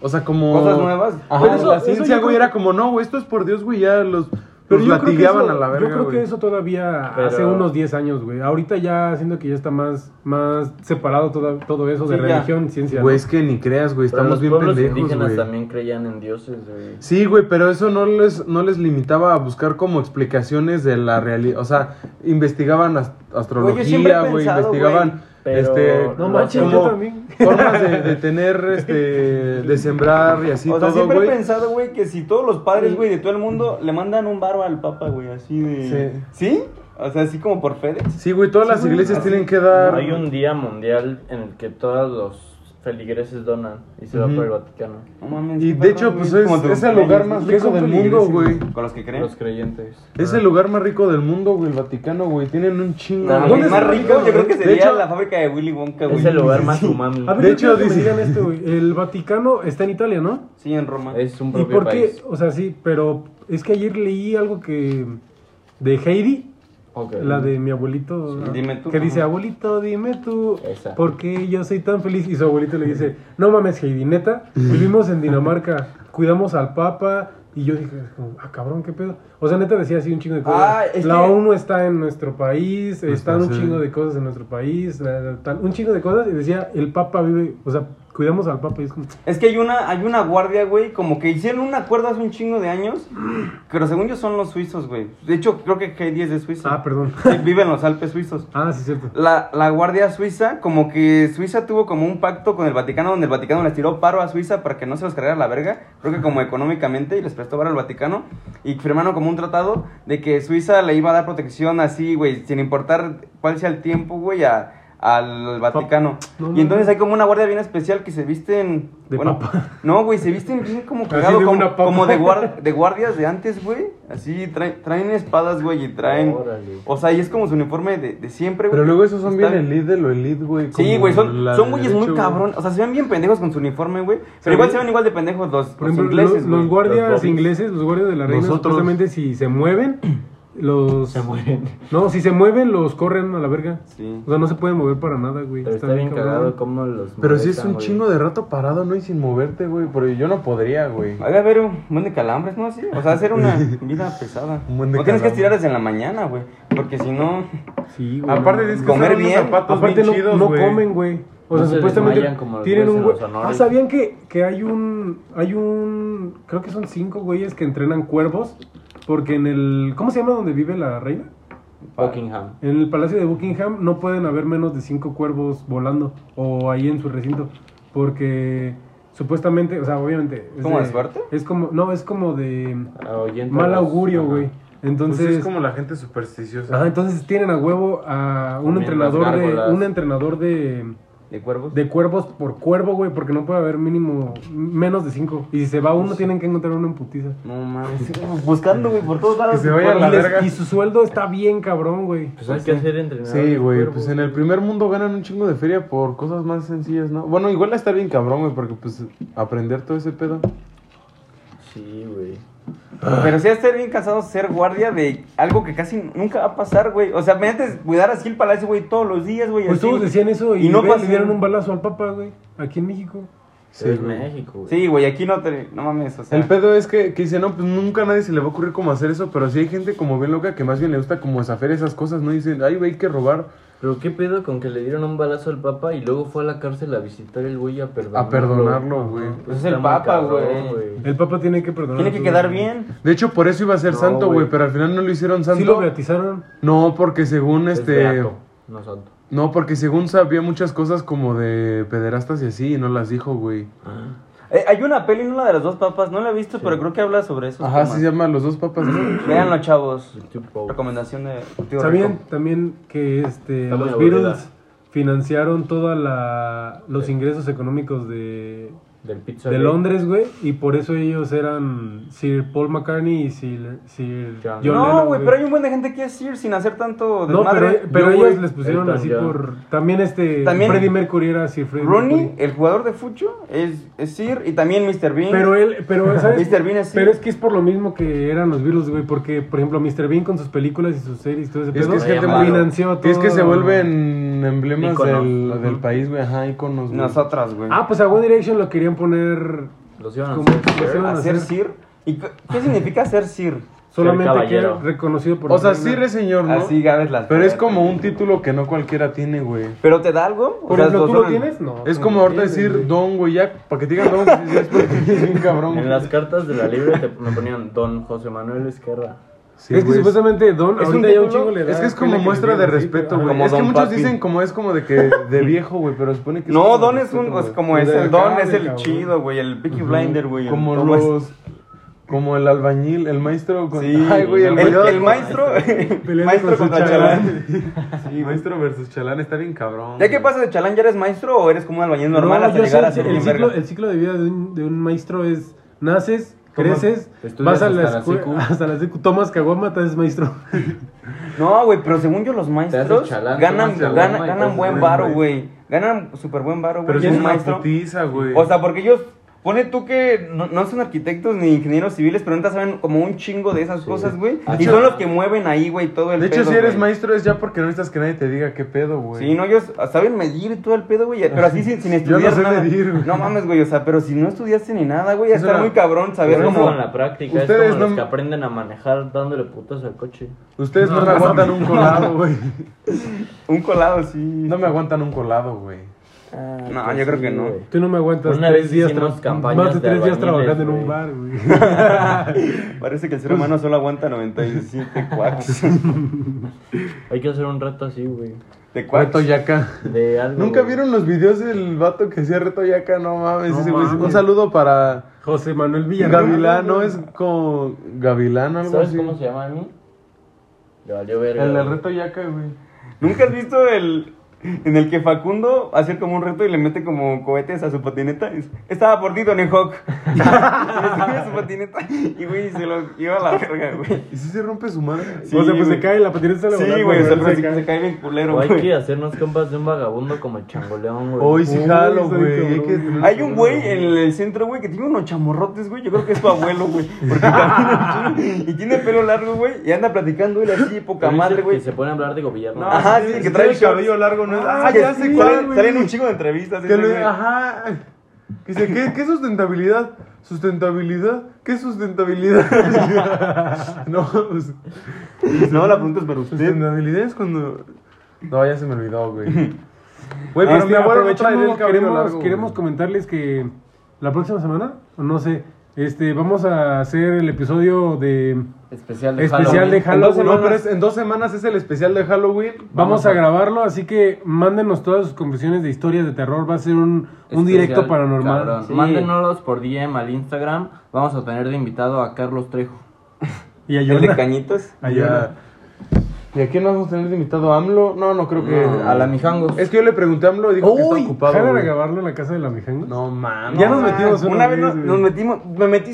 Speaker 2: o sea, como...
Speaker 3: Cosas nuevas.
Speaker 2: Ajá,
Speaker 1: Pero eso-
Speaker 2: la
Speaker 1: eso
Speaker 2: ciencia,
Speaker 1: yo
Speaker 2: güey,
Speaker 1: creo
Speaker 2: era como, no, güey, esto es por Dios, güey, ya los... Los
Speaker 1: yo creo que
Speaker 2: latigaban
Speaker 1: eso-
Speaker 2: a la verga.
Speaker 1: Yo creo que
Speaker 2: güey.
Speaker 1: eso todavía
Speaker 4: Pero-
Speaker 1: hace unos 10 años, güey. Ahorita ya siento que ya está más, más separado todo, todo eso de
Speaker 3: Sí, ya.
Speaker 1: religión, ciencia.
Speaker 2: Güey,
Speaker 1: ¿no?
Speaker 2: es que ni creas, güey,
Speaker 4: Pero
Speaker 2: estamos
Speaker 4: los
Speaker 2: bien
Speaker 4: pueblos
Speaker 2: pendejos,
Speaker 4: indígenas
Speaker 2: güey.
Speaker 4: también creían en dioses, güey.
Speaker 2: Sí, güey, pero eso no les, no les limitaba a buscar como explicaciones de la realidad. O sea, investigaban as-
Speaker 3: Güey, yo siempre he
Speaker 2: astrología, güey,
Speaker 3: pensado,
Speaker 2: investigaban
Speaker 4: güey,
Speaker 2: este,
Speaker 4: pero
Speaker 1: No manches,
Speaker 2: como
Speaker 1: yo también.
Speaker 2: formas de, de tener, este, de sembrar y así
Speaker 3: o sea,
Speaker 2: todo,
Speaker 3: siempre
Speaker 2: güey.
Speaker 3: he pensado, güey, que si todos los padres, güey, de todo el mundo le mandan un barba al papa, güey, así de. Sí. O sea, así como por FedEx.
Speaker 2: Sí, güey, todas
Speaker 1: Sí,
Speaker 2: las
Speaker 1: güey,
Speaker 2: iglesias
Speaker 3: así.
Speaker 2: tienen que dar.
Speaker 4: Hay un día mundial en el que todos los feligreses donan y se va
Speaker 2: Ujú.
Speaker 4: por el Vaticano.
Speaker 3: No mames.
Speaker 2: Y
Speaker 3: qué
Speaker 2: de
Speaker 3: perro,
Speaker 2: hecho,
Speaker 3: güey.
Speaker 2: pues es,
Speaker 3: Como tu
Speaker 2: es el
Speaker 3: cumpleaños,
Speaker 2: lugar más
Speaker 3: güey.
Speaker 1: ¿Qué
Speaker 2: rico del
Speaker 1: son feligreses,
Speaker 2: mundo, güey.
Speaker 3: Con los que creen.
Speaker 4: Los creyentes.
Speaker 2: Es el lugar más rico del mundo, güey, el Vaticano, güey. Tienen un chingo.
Speaker 4: No,
Speaker 2: güey.
Speaker 1: ¿Dónde
Speaker 3: El más
Speaker 1: está
Speaker 3: rico,
Speaker 1: ubicado,
Speaker 3: yo creo que
Speaker 1: eh?
Speaker 2: De
Speaker 3: sería
Speaker 2: hecho-
Speaker 3: la fábrica de Willy Wonka, güey.
Speaker 4: Es el lugar más humano.
Speaker 1: A ver,
Speaker 2: De
Speaker 1: de
Speaker 2: hecho,
Speaker 1: hecho, que me
Speaker 2: dice-
Speaker 1: digan esto, güey. El Vaticano está en Italia, ¿no?
Speaker 3: Sí, en Roma.
Speaker 4: Es un
Speaker 1: ¿Y
Speaker 4: propio
Speaker 1: por qué?
Speaker 4: país.
Speaker 1: O sea, sí, pero es que ayer leí algo que. de Heidi.
Speaker 4: Ok.
Speaker 1: La de mi abuelito.
Speaker 3: Sí,
Speaker 1: ¿no?
Speaker 3: dime tú,
Speaker 1: Que dice,
Speaker 3: ajá.
Speaker 1: abuelito, dime tú.
Speaker 4: Esa.
Speaker 1: ¿Por qué yo soy tan feliz? Y su abuelito le dice, no mames, Heidi, neta, vivimos en Dinamarca, cuidamos al Papa. Y yo dije, como, ah, cabrón, qué pedo. O sea, neta decía así un chingo de cosas.
Speaker 3: Ah, es
Speaker 1: la
Speaker 3: que-
Speaker 1: ONU está en nuestro país,
Speaker 2: Pues,
Speaker 1: están un
Speaker 2: sí.
Speaker 1: chingo de cosas en nuestro país, la- la- tal, un chingo de cosas. Y decía, el Papa vive, o sea, cuidamos al Papa. Y es como,
Speaker 3: Es que hay una, hay una guardia, güey, como que hicieron un acuerdo hace un chingo de años, pero según yo son los suizos, güey. De hecho, creo que Heidi es de Suiza.
Speaker 1: ah, perdón.
Speaker 3: Sí, vive en los Alpes suizos.
Speaker 1: ah, sí, cierto.
Speaker 3: La, la guardia suiza, como que Suiza tuvo como un pacto con el Vaticano, donde el Vaticano les tiró paro a Suiza para que no se los cargara la verga, creo que como económicamente, y les prestó paro al Vaticano, y firmaron como un tratado de que Suiza le iba a dar protección así, güey, sin importar cuál sea el tiempo, güey, a- al Vaticano.
Speaker 1: No, no,
Speaker 3: y entonces
Speaker 1: no.
Speaker 3: hay como una guardia bien especial que se visten...
Speaker 1: De papa.
Speaker 3: No, güey, se visten bien como
Speaker 1: Así
Speaker 3: cagado,
Speaker 1: de
Speaker 3: como,
Speaker 1: una papa.
Speaker 3: como de, guar- de guardias de antes, güey. Así traen, traen espadas, güey, y traen...
Speaker 4: Órale.
Speaker 3: O sea, y es como su uniforme de, de siempre, güey.
Speaker 2: Pero luego esos son
Speaker 3: Está-
Speaker 2: bien elite de lo elite, güey.
Speaker 3: Sí,
Speaker 2: como
Speaker 3: güey, son,
Speaker 2: la
Speaker 3: son güeyes
Speaker 2: derecha,
Speaker 3: muy
Speaker 2: güey.
Speaker 3: cabrón. O sea, se ven bien pendejos con su uniforme, güey.
Speaker 1: Se
Speaker 3: Pero igual
Speaker 1: ven-
Speaker 3: se ven igual de pendejos los,
Speaker 1: Por
Speaker 3: los
Speaker 1: ejemplo,
Speaker 3: ingleses,
Speaker 1: los, los
Speaker 3: güey.
Speaker 1: guardias
Speaker 4: Los bobbies.
Speaker 1: ingleses, los guardias de la reina,
Speaker 2: Nosotros.
Speaker 1: supuestamente si se mueven, los...
Speaker 4: Se mueren.
Speaker 1: No, si se mueven, los corren a la verga.
Speaker 3: Sí.
Speaker 1: O sea, no se pueden mover para nada, güey.
Speaker 4: Pero está bien
Speaker 1: cabrón.
Speaker 4: cagado como los.
Speaker 2: Pero sí es un
Speaker 4: molestan, güey.
Speaker 2: chingo de rato parado, ¿no? Y sin moverte, güey. Pero yo no podría, güey.
Speaker 3: Hay de haber un buen de calambres, ¿no? Así. O sea, hacer una vida pesada.
Speaker 2: Un buen de
Speaker 3: o tienes que
Speaker 2: calambres.
Speaker 3: estirar desde la mañana, güey. Porque si no.
Speaker 1: Sí, güey.
Speaker 2: Aparte
Speaker 1: no.
Speaker 2: tienes que
Speaker 3: Comer
Speaker 2: usar unos
Speaker 3: bien.
Speaker 2: zapatos
Speaker 1: Aparte
Speaker 2: bien
Speaker 1: no,
Speaker 2: chidos,
Speaker 1: no
Speaker 2: güey.
Speaker 1: comen, güey. O
Speaker 4: No
Speaker 1: sea,
Speaker 4: se
Speaker 1: supuestamente
Speaker 4: desmayan como los
Speaker 1: tienen
Speaker 4: güeyes
Speaker 1: un
Speaker 4: en
Speaker 1: güey.
Speaker 4: los
Speaker 1: Ah,
Speaker 4: honores.
Speaker 1: ¿sabían que, que hay un hay un creo que son cinco güeyes que entrenan cuervos porque en el ¿cómo se llama donde vive la reina?
Speaker 4: Buckingham.
Speaker 1: En el Palacio de Buckingham no pueden haber menos de cinco cuervos volando o ahí en su recinto porque supuestamente, o sea, obviamente es
Speaker 3: ¿Como de suerte?
Speaker 1: Es como no, es como de
Speaker 4: Ahuyenta
Speaker 1: mal
Speaker 4: los-
Speaker 1: augurio,
Speaker 4: Ajá.
Speaker 1: güey.
Speaker 2: Pues
Speaker 1: Entonces
Speaker 2: es como la gente supersticiosa.
Speaker 1: Ajá, entonces tienen a huevo a un
Speaker 4: Comiendo
Speaker 1: entrenador de
Speaker 4: gárgolas.
Speaker 1: un entrenador de
Speaker 3: ¿De cuervos?
Speaker 1: de cuervos por cuervo, güey, porque no puede haber mínimo menos de cinco. Y si se va uno, tienen que encontrar uno en putiza.
Speaker 3: No mames. Buscando, güey, por todos lados.
Speaker 2: Que se vaya a la
Speaker 1: Y, les-
Speaker 2: verga.
Speaker 1: y su sueldo está bien cabrón, güey.
Speaker 4: Pues hay que hacer entrenador.
Speaker 2: Sí, güey, pues en el primer mundo ganan un chingo de feria por cosas más sencillas, ¿no? Bueno, igual está bien cabrón, güey, porque pues aprender todo ese pedo.
Speaker 4: Sí, güey.
Speaker 3: Pero sí, estar bien cansado de ser guardia de algo que casi nunca va a pasar, güey. O sea, mediante cuidar así el palacio, güey, todos los días, güey.
Speaker 1: Pues
Speaker 3: así.
Speaker 1: todos decían eso y,
Speaker 3: Y
Speaker 1: no
Speaker 3: no
Speaker 1: ven, le
Speaker 3: pasó.
Speaker 1: dieron un balazo al papa, güey, aquí en México.
Speaker 4: Sí, es
Speaker 2: güey.
Speaker 4: México, güey.
Speaker 3: Sí, güey, aquí no te. No mames, o sea.
Speaker 2: El pedo es que, que dice, no, pues nunca a nadie se le va a ocurrir cómo hacer eso, pero sí hay gente como bien loca que más bien le gusta como desafiar esas cosas, ¿no? Dicen, ay, güey, hay que robar
Speaker 4: Pero qué pedo con que le dieron un balazo al papa y luego fue a la cárcel a visitar el güey a perdonarlo.
Speaker 2: a perdonarlo, güey.
Speaker 3: Pues es
Speaker 4: está
Speaker 3: el
Speaker 4: muy
Speaker 3: papa,
Speaker 4: cabrón,
Speaker 3: güey.
Speaker 1: El papa tiene que perdonar.
Speaker 3: Tiene
Speaker 1: a
Speaker 3: que
Speaker 1: todos,
Speaker 3: quedar
Speaker 1: güey.
Speaker 3: bien.
Speaker 2: De hecho, por eso iba a ser
Speaker 4: No,
Speaker 2: santo, güey,
Speaker 4: güey.
Speaker 2: pero al final no lo hicieron santo.
Speaker 1: Sí lo beatizaron.
Speaker 2: No, porque según
Speaker 4: Es
Speaker 2: este...
Speaker 4: beato, No santo.
Speaker 2: No, porque según sabía muchas cosas como de pederastas y así, y no las dijo, güey.
Speaker 4: Ah,
Speaker 3: Eh, hay una peli, una de las dos papas, no la he visto, pero creo que habla sobre eso.
Speaker 2: Ajá, sí se llama Los Dos Papas, ¿no?
Speaker 3: Veanlo, chavos.
Speaker 4: YouTube Pope.
Speaker 3: Recomendación de Tío
Speaker 1: Sabían también que este,
Speaker 4: Está muy
Speaker 1: los
Speaker 4: aburrida.
Speaker 1: Beatles financiaron toda la los ingresos económicos de
Speaker 4: Del pizza.
Speaker 1: de
Speaker 4: Gate.
Speaker 1: Londres, güey, y por eso ellos eran Sir Paul McCartney y Sir, Sir
Speaker 4: John
Speaker 1: John
Speaker 4: Lennon.
Speaker 3: No,
Speaker 1: Lennon,
Speaker 3: güey, pero hay un buen de gente que es ir sin hacer tanto
Speaker 1: No, pero, e,
Speaker 3: desmadre.
Speaker 1: pero
Speaker 2: Yo,
Speaker 1: ellos
Speaker 2: güey,
Speaker 1: les pusieron
Speaker 4: Elton
Speaker 1: así
Speaker 4: John.
Speaker 1: por... También este...
Speaker 3: También-
Speaker 1: Freddie Mercury era Sir Freddie
Speaker 3: Rooney, eh,
Speaker 1: Mercury.
Speaker 3: el jugador de fucho, es, es Sir y también Mr. Bean.
Speaker 1: Pero él, pero, ¿sabes?
Speaker 3: Mr. Bean es Sir.
Speaker 1: Pero es que es por lo mismo que eran los Beatles, güey, porque, por ejemplo, Mr. Bean con sus películas y sus series y todo ese
Speaker 2: Es
Speaker 1: pedo,
Speaker 2: que es
Speaker 4: Pero
Speaker 2: gente
Speaker 4: llamado.
Speaker 2: muy
Speaker 1: financió todo.
Speaker 2: Es que se vuelven emblemas
Speaker 4: Íconos.
Speaker 2: del,
Speaker 4: Ujú.
Speaker 2: del país, güey. Ajá, íconos, güey.
Speaker 3: Nosotras, güey.
Speaker 1: Ah, pues a One Direction lo querían poner...
Speaker 4: Los iban a
Speaker 1: Como-
Speaker 4: hacer.
Speaker 1: los iban-
Speaker 3: ¿A ser
Speaker 1: hacer-
Speaker 3: Sir? ¿Y qué qué significa ser Sir?
Speaker 1: Solamente que
Speaker 4: caballero.
Speaker 1: era reconocido por
Speaker 2: O sea,
Speaker 1: la
Speaker 2: sí,
Speaker 1: reina.
Speaker 2: re señor, ¿no?
Speaker 3: Así gabes las
Speaker 2: Pero es
Speaker 3: puertas.
Speaker 2: como un título que no cualquiera tiene, güey.
Speaker 3: ¿Pero te da algo? O
Speaker 1: Por
Speaker 3: sea,
Speaker 1: ejemplo, ¿tú lo
Speaker 3: son-
Speaker 1: tienes? No.
Speaker 2: Es
Speaker 1: tú
Speaker 2: como
Speaker 1: no
Speaker 2: ahorita
Speaker 1: tienes,
Speaker 2: decir
Speaker 1: güey.
Speaker 2: Don, güey, ya, para que te digan Don, pues, es porque es bien cabrón.
Speaker 4: En
Speaker 2: güey.
Speaker 4: las cartas de la libre te me ponían Don José Manuel Esquerra.
Speaker 2: Sí,
Speaker 1: es que
Speaker 2: güey,
Speaker 1: supuestamente Don
Speaker 2: Es, un
Speaker 1: ahorita ya un
Speaker 2: título-
Speaker 1: chingo le da
Speaker 2: es que es como
Speaker 1: pela que
Speaker 2: muestra
Speaker 1: le
Speaker 2: de
Speaker 1: dieron, sí,
Speaker 2: respeto,
Speaker 1: ajá.
Speaker 2: güey.
Speaker 3: Como
Speaker 2: Es que
Speaker 3: Don
Speaker 2: muchos
Speaker 3: Papi.
Speaker 2: dicen como es como de que de viejo, güey, pero supone que es
Speaker 3: No,
Speaker 2: como
Speaker 3: Don
Speaker 2: de
Speaker 3: es un.
Speaker 2: respeto,
Speaker 3: Es
Speaker 2: güey.
Speaker 3: como
Speaker 1: Pues
Speaker 3: es
Speaker 1: de
Speaker 3: el Don,
Speaker 1: acá,
Speaker 3: es
Speaker 1: de
Speaker 3: el
Speaker 1: cabrón.
Speaker 3: chido, güey. El Peaky Blinder, güey. el
Speaker 2: como
Speaker 3: Thomas.
Speaker 2: los como el albañil, el maestro con
Speaker 3: Sí,
Speaker 2: Ay, güey, el,
Speaker 3: el, el,
Speaker 2: mayor-
Speaker 3: maestro.
Speaker 1: Peleando
Speaker 3: maestro
Speaker 1: con su
Speaker 3: contra
Speaker 1: chalán.
Speaker 3: chalán.
Speaker 2: Sí, maestro versus Chalán está bien cabrón.
Speaker 3: ¿Ya qué
Speaker 2: güey.
Speaker 3: pasa de chalán? ¿Ya eres maestro o eres como un albañil normal
Speaker 1: No,
Speaker 3: hasta
Speaker 1: yo
Speaker 3: llegar
Speaker 1: sé,
Speaker 3: a ser
Speaker 1: el
Speaker 3: un
Speaker 1: ciclo,
Speaker 3: verga?
Speaker 1: el ciclo de vida de un, de un maestro es naces,
Speaker 2: Tomas-
Speaker 1: creces,
Speaker 4: estudias
Speaker 1: vas a la
Speaker 4: hasta la
Speaker 1: escuela,
Speaker 4: secu.
Speaker 1: hasta la secu, tomas caguama, te haces maestro.
Speaker 3: No, güey, pero según yo, los maestros
Speaker 4: chalán,
Speaker 3: ganan,
Speaker 4: tomas chalán,
Speaker 3: ganan,
Speaker 4: güey,
Speaker 3: ganan
Speaker 4: pues,
Speaker 3: buen
Speaker 2: güey,
Speaker 3: varo,
Speaker 2: güey.
Speaker 3: güey. Ganan súper buen varo, güey.
Speaker 2: Pero
Speaker 3: y
Speaker 2: es
Speaker 3: un
Speaker 2: una
Speaker 3: maestro.
Speaker 2: putiza, güey.
Speaker 3: O sea, porque ellos, pone tú que no, no son arquitectos ni ingenieros civiles, pero neta saben como un chingo de esas cosas, güey.
Speaker 4: De
Speaker 3: Y
Speaker 4: hecho-
Speaker 3: son los que mueven ahí, güey, todo el
Speaker 2: de hecho
Speaker 3: pedo,
Speaker 2: si eres
Speaker 3: güey.
Speaker 2: maestro es ya porque no necesitas que nadie te diga qué pedo, güey.
Speaker 3: Sí, no, ellos saben medir y todo el pedo, güey, pero así sin, sin
Speaker 2: Yo
Speaker 3: estudiar
Speaker 2: no sé
Speaker 3: nada.
Speaker 2: medir, güey.
Speaker 3: No mames, güey, o sea, pero si no estudiaste ni nada, güey, ya
Speaker 2: Es
Speaker 3: está
Speaker 2: una-
Speaker 3: muy cabrón
Speaker 4: Pero
Speaker 3: saber
Speaker 4: es
Speaker 3: cómo...
Speaker 4: como en la práctica, es
Speaker 2: Ustedes
Speaker 4: como los
Speaker 2: no-
Speaker 4: que aprenden a manejar dándole putas al coche.
Speaker 2: Ustedes no,
Speaker 1: No,
Speaker 2: me
Speaker 1: no,
Speaker 2: aguantan
Speaker 1: no.
Speaker 2: un colado, güey.
Speaker 3: Un colado, sí.
Speaker 2: No me aguantan un colado, güey.
Speaker 3: No, yo creo que no.
Speaker 1: Tú no me aguantas
Speaker 4: Una
Speaker 1: tres
Speaker 4: vez
Speaker 1: días
Speaker 4: hicimos
Speaker 1: tra-
Speaker 4: campañas
Speaker 1: más de
Speaker 4: de
Speaker 1: tres días
Speaker 4: albañiles,
Speaker 1: trabajando en un
Speaker 4: güey.
Speaker 1: bar, güey.
Speaker 3: Parece que el ser
Speaker 2: Pues-
Speaker 3: humano solo aguanta 97 cuacks.
Speaker 4: Hay que hacer un reto así, güey.
Speaker 3: De
Speaker 2: Cuarto
Speaker 3: cuacks.
Speaker 2: yaca.
Speaker 4: De algo.
Speaker 2: ¿Nunca
Speaker 4: güey.
Speaker 2: vieron los videos del vato que hacía reto yaca? No mames,
Speaker 1: No
Speaker 2: ese güey.
Speaker 1: mames.
Speaker 2: Un saludo para
Speaker 1: José Manuel Villarreal.
Speaker 2: Gavilán, ¿no? Es como Gavilán algo
Speaker 4: ¿Sabes
Speaker 2: así.
Speaker 4: cómo se llama a mí? Le valió verga.
Speaker 2: El del
Speaker 4: güey.
Speaker 2: reto yaca, güey.
Speaker 3: ¿Nunca has visto el... En el que Facundo hace como un reto y le mete como cohetes a su patineta. Es- Estaba por ti, Tony Hawk. Y le sube a su patineta y, güey, se lo lleva a la verga, güey.
Speaker 2: ¿Y si se rompe su madre?
Speaker 3: Sí,
Speaker 1: o sea, pues
Speaker 3: güey.
Speaker 1: se cae la patineta sale
Speaker 3: Sí,
Speaker 1: volando,
Speaker 3: güey, o sea,
Speaker 1: se
Speaker 3: pero se,
Speaker 1: cae.
Speaker 3: se cae bien culero,
Speaker 4: O hay que
Speaker 3: güey.
Speaker 4: hacernos compas de un vagabundo como el changoleón, güey.
Speaker 2: Hoy sí
Speaker 1: Uy,
Speaker 2: jalo,
Speaker 1: soy
Speaker 2: güey.
Speaker 1: cabrón.
Speaker 2: hay que tener
Speaker 3: Hay un güey en el centro, güey, que tiene unos chamorrotes, güey. Yo creo que es su abuelo, güey. Porque camina un chingo y tiene pelo largo, güey. Y anda platicando él así, poca
Speaker 4: Pero es el
Speaker 3: madre, güey.
Speaker 4: Que se pone a hablar de gobierno.
Speaker 3: No, Ajá, sí, que trae
Speaker 2: el cabello
Speaker 3: shorts.
Speaker 2: largo, ¿no? es- Ah,
Speaker 3: que
Speaker 2: ya
Speaker 3: sí,
Speaker 2: sé
Speaker 3: salen-
Speaker 2: cuál, güey.
Speaker 3: Salen un chingo de entrevistas.
Speaker 2: Que
Speaker 3: ese,
Speaker 2: lo-
Speaker 3: güey.
Speaker 2: ajá. Que dice, ¿qué, ¿qué sustentabilidad? ¿Sustentabilidad? ¿Qué sustentabilidad? no, pues,
Speaker 3: No, la pregunta es para usted.
Speaker 2: sustentabilidad es cuando... No, ya se me olvidó, güey. Güey,
Speaker 1: Ahora,
Speaker 2: pero mi
Speaker 1: mira,
Speaker 2: abuelo no trae
Speaker 1: aprovechando,
Speaker 2: el cabello
Speaker 1: Este, queremos,
Speaker 2: largo,
Speaker 1: queremos
Speaker 2: güey.
Speaker 1: comentarles que la próxima semana, o no sé, este, vamos a hacer el episodio de...
Speaker 4: Especial de
Speaker 1: Especial
Speaker 4: Halloween.
Speaker 1: de
Speaker 2: En dos,
Speaker 1: Halloween.
Speaker 2: no, pero es- en dos semanas es el especial de Halloween.
Speaker 1: Vamos a grabarlo, así que mándenos todas sus confesiones de historias de terror. Va a ser un, un
Speaker 4: Especial,
Speaker 1: directo paranormal.
Speaker 4: cabrón.
Speaker 3: Sí.
Speaker 4: Mándenoslos por DM al Instagram. Vamos a tener de invitado a Carlos Trejo.
Speaker 1: Y a
Speaker 3: El de
Speaker 1: Yona.
Speaker 3: cañitos.
Speaker 1: A
Speaker 2: Ya.
Speaker 1: Yona.
Speaker 2: ¿Y a quién nos vamos a tener de invitado? ¿A AMLO? No, no creo que...
Speaker 4: No, a la Mijangos.
Speaker 2: Es que yo le pregunté a AMLO y dijo que está
Speaker 1: Uy,
Speaker 2: ocupado.
Speaker 1: ¿jalan a
Speaker 2: güey.
Speaker 1: grabarlo en la casa de la Mijanga?
Speaker 2: No mames.
Speaker 1: Ya nos
Speaker 3: mames,
Speaker 1: metimos una
Speaker 3: una vez.
Speaker 1: vez,
Speaker 3: nos,
Speaker 1: güey.
Speaker 3: nos metimos, me metí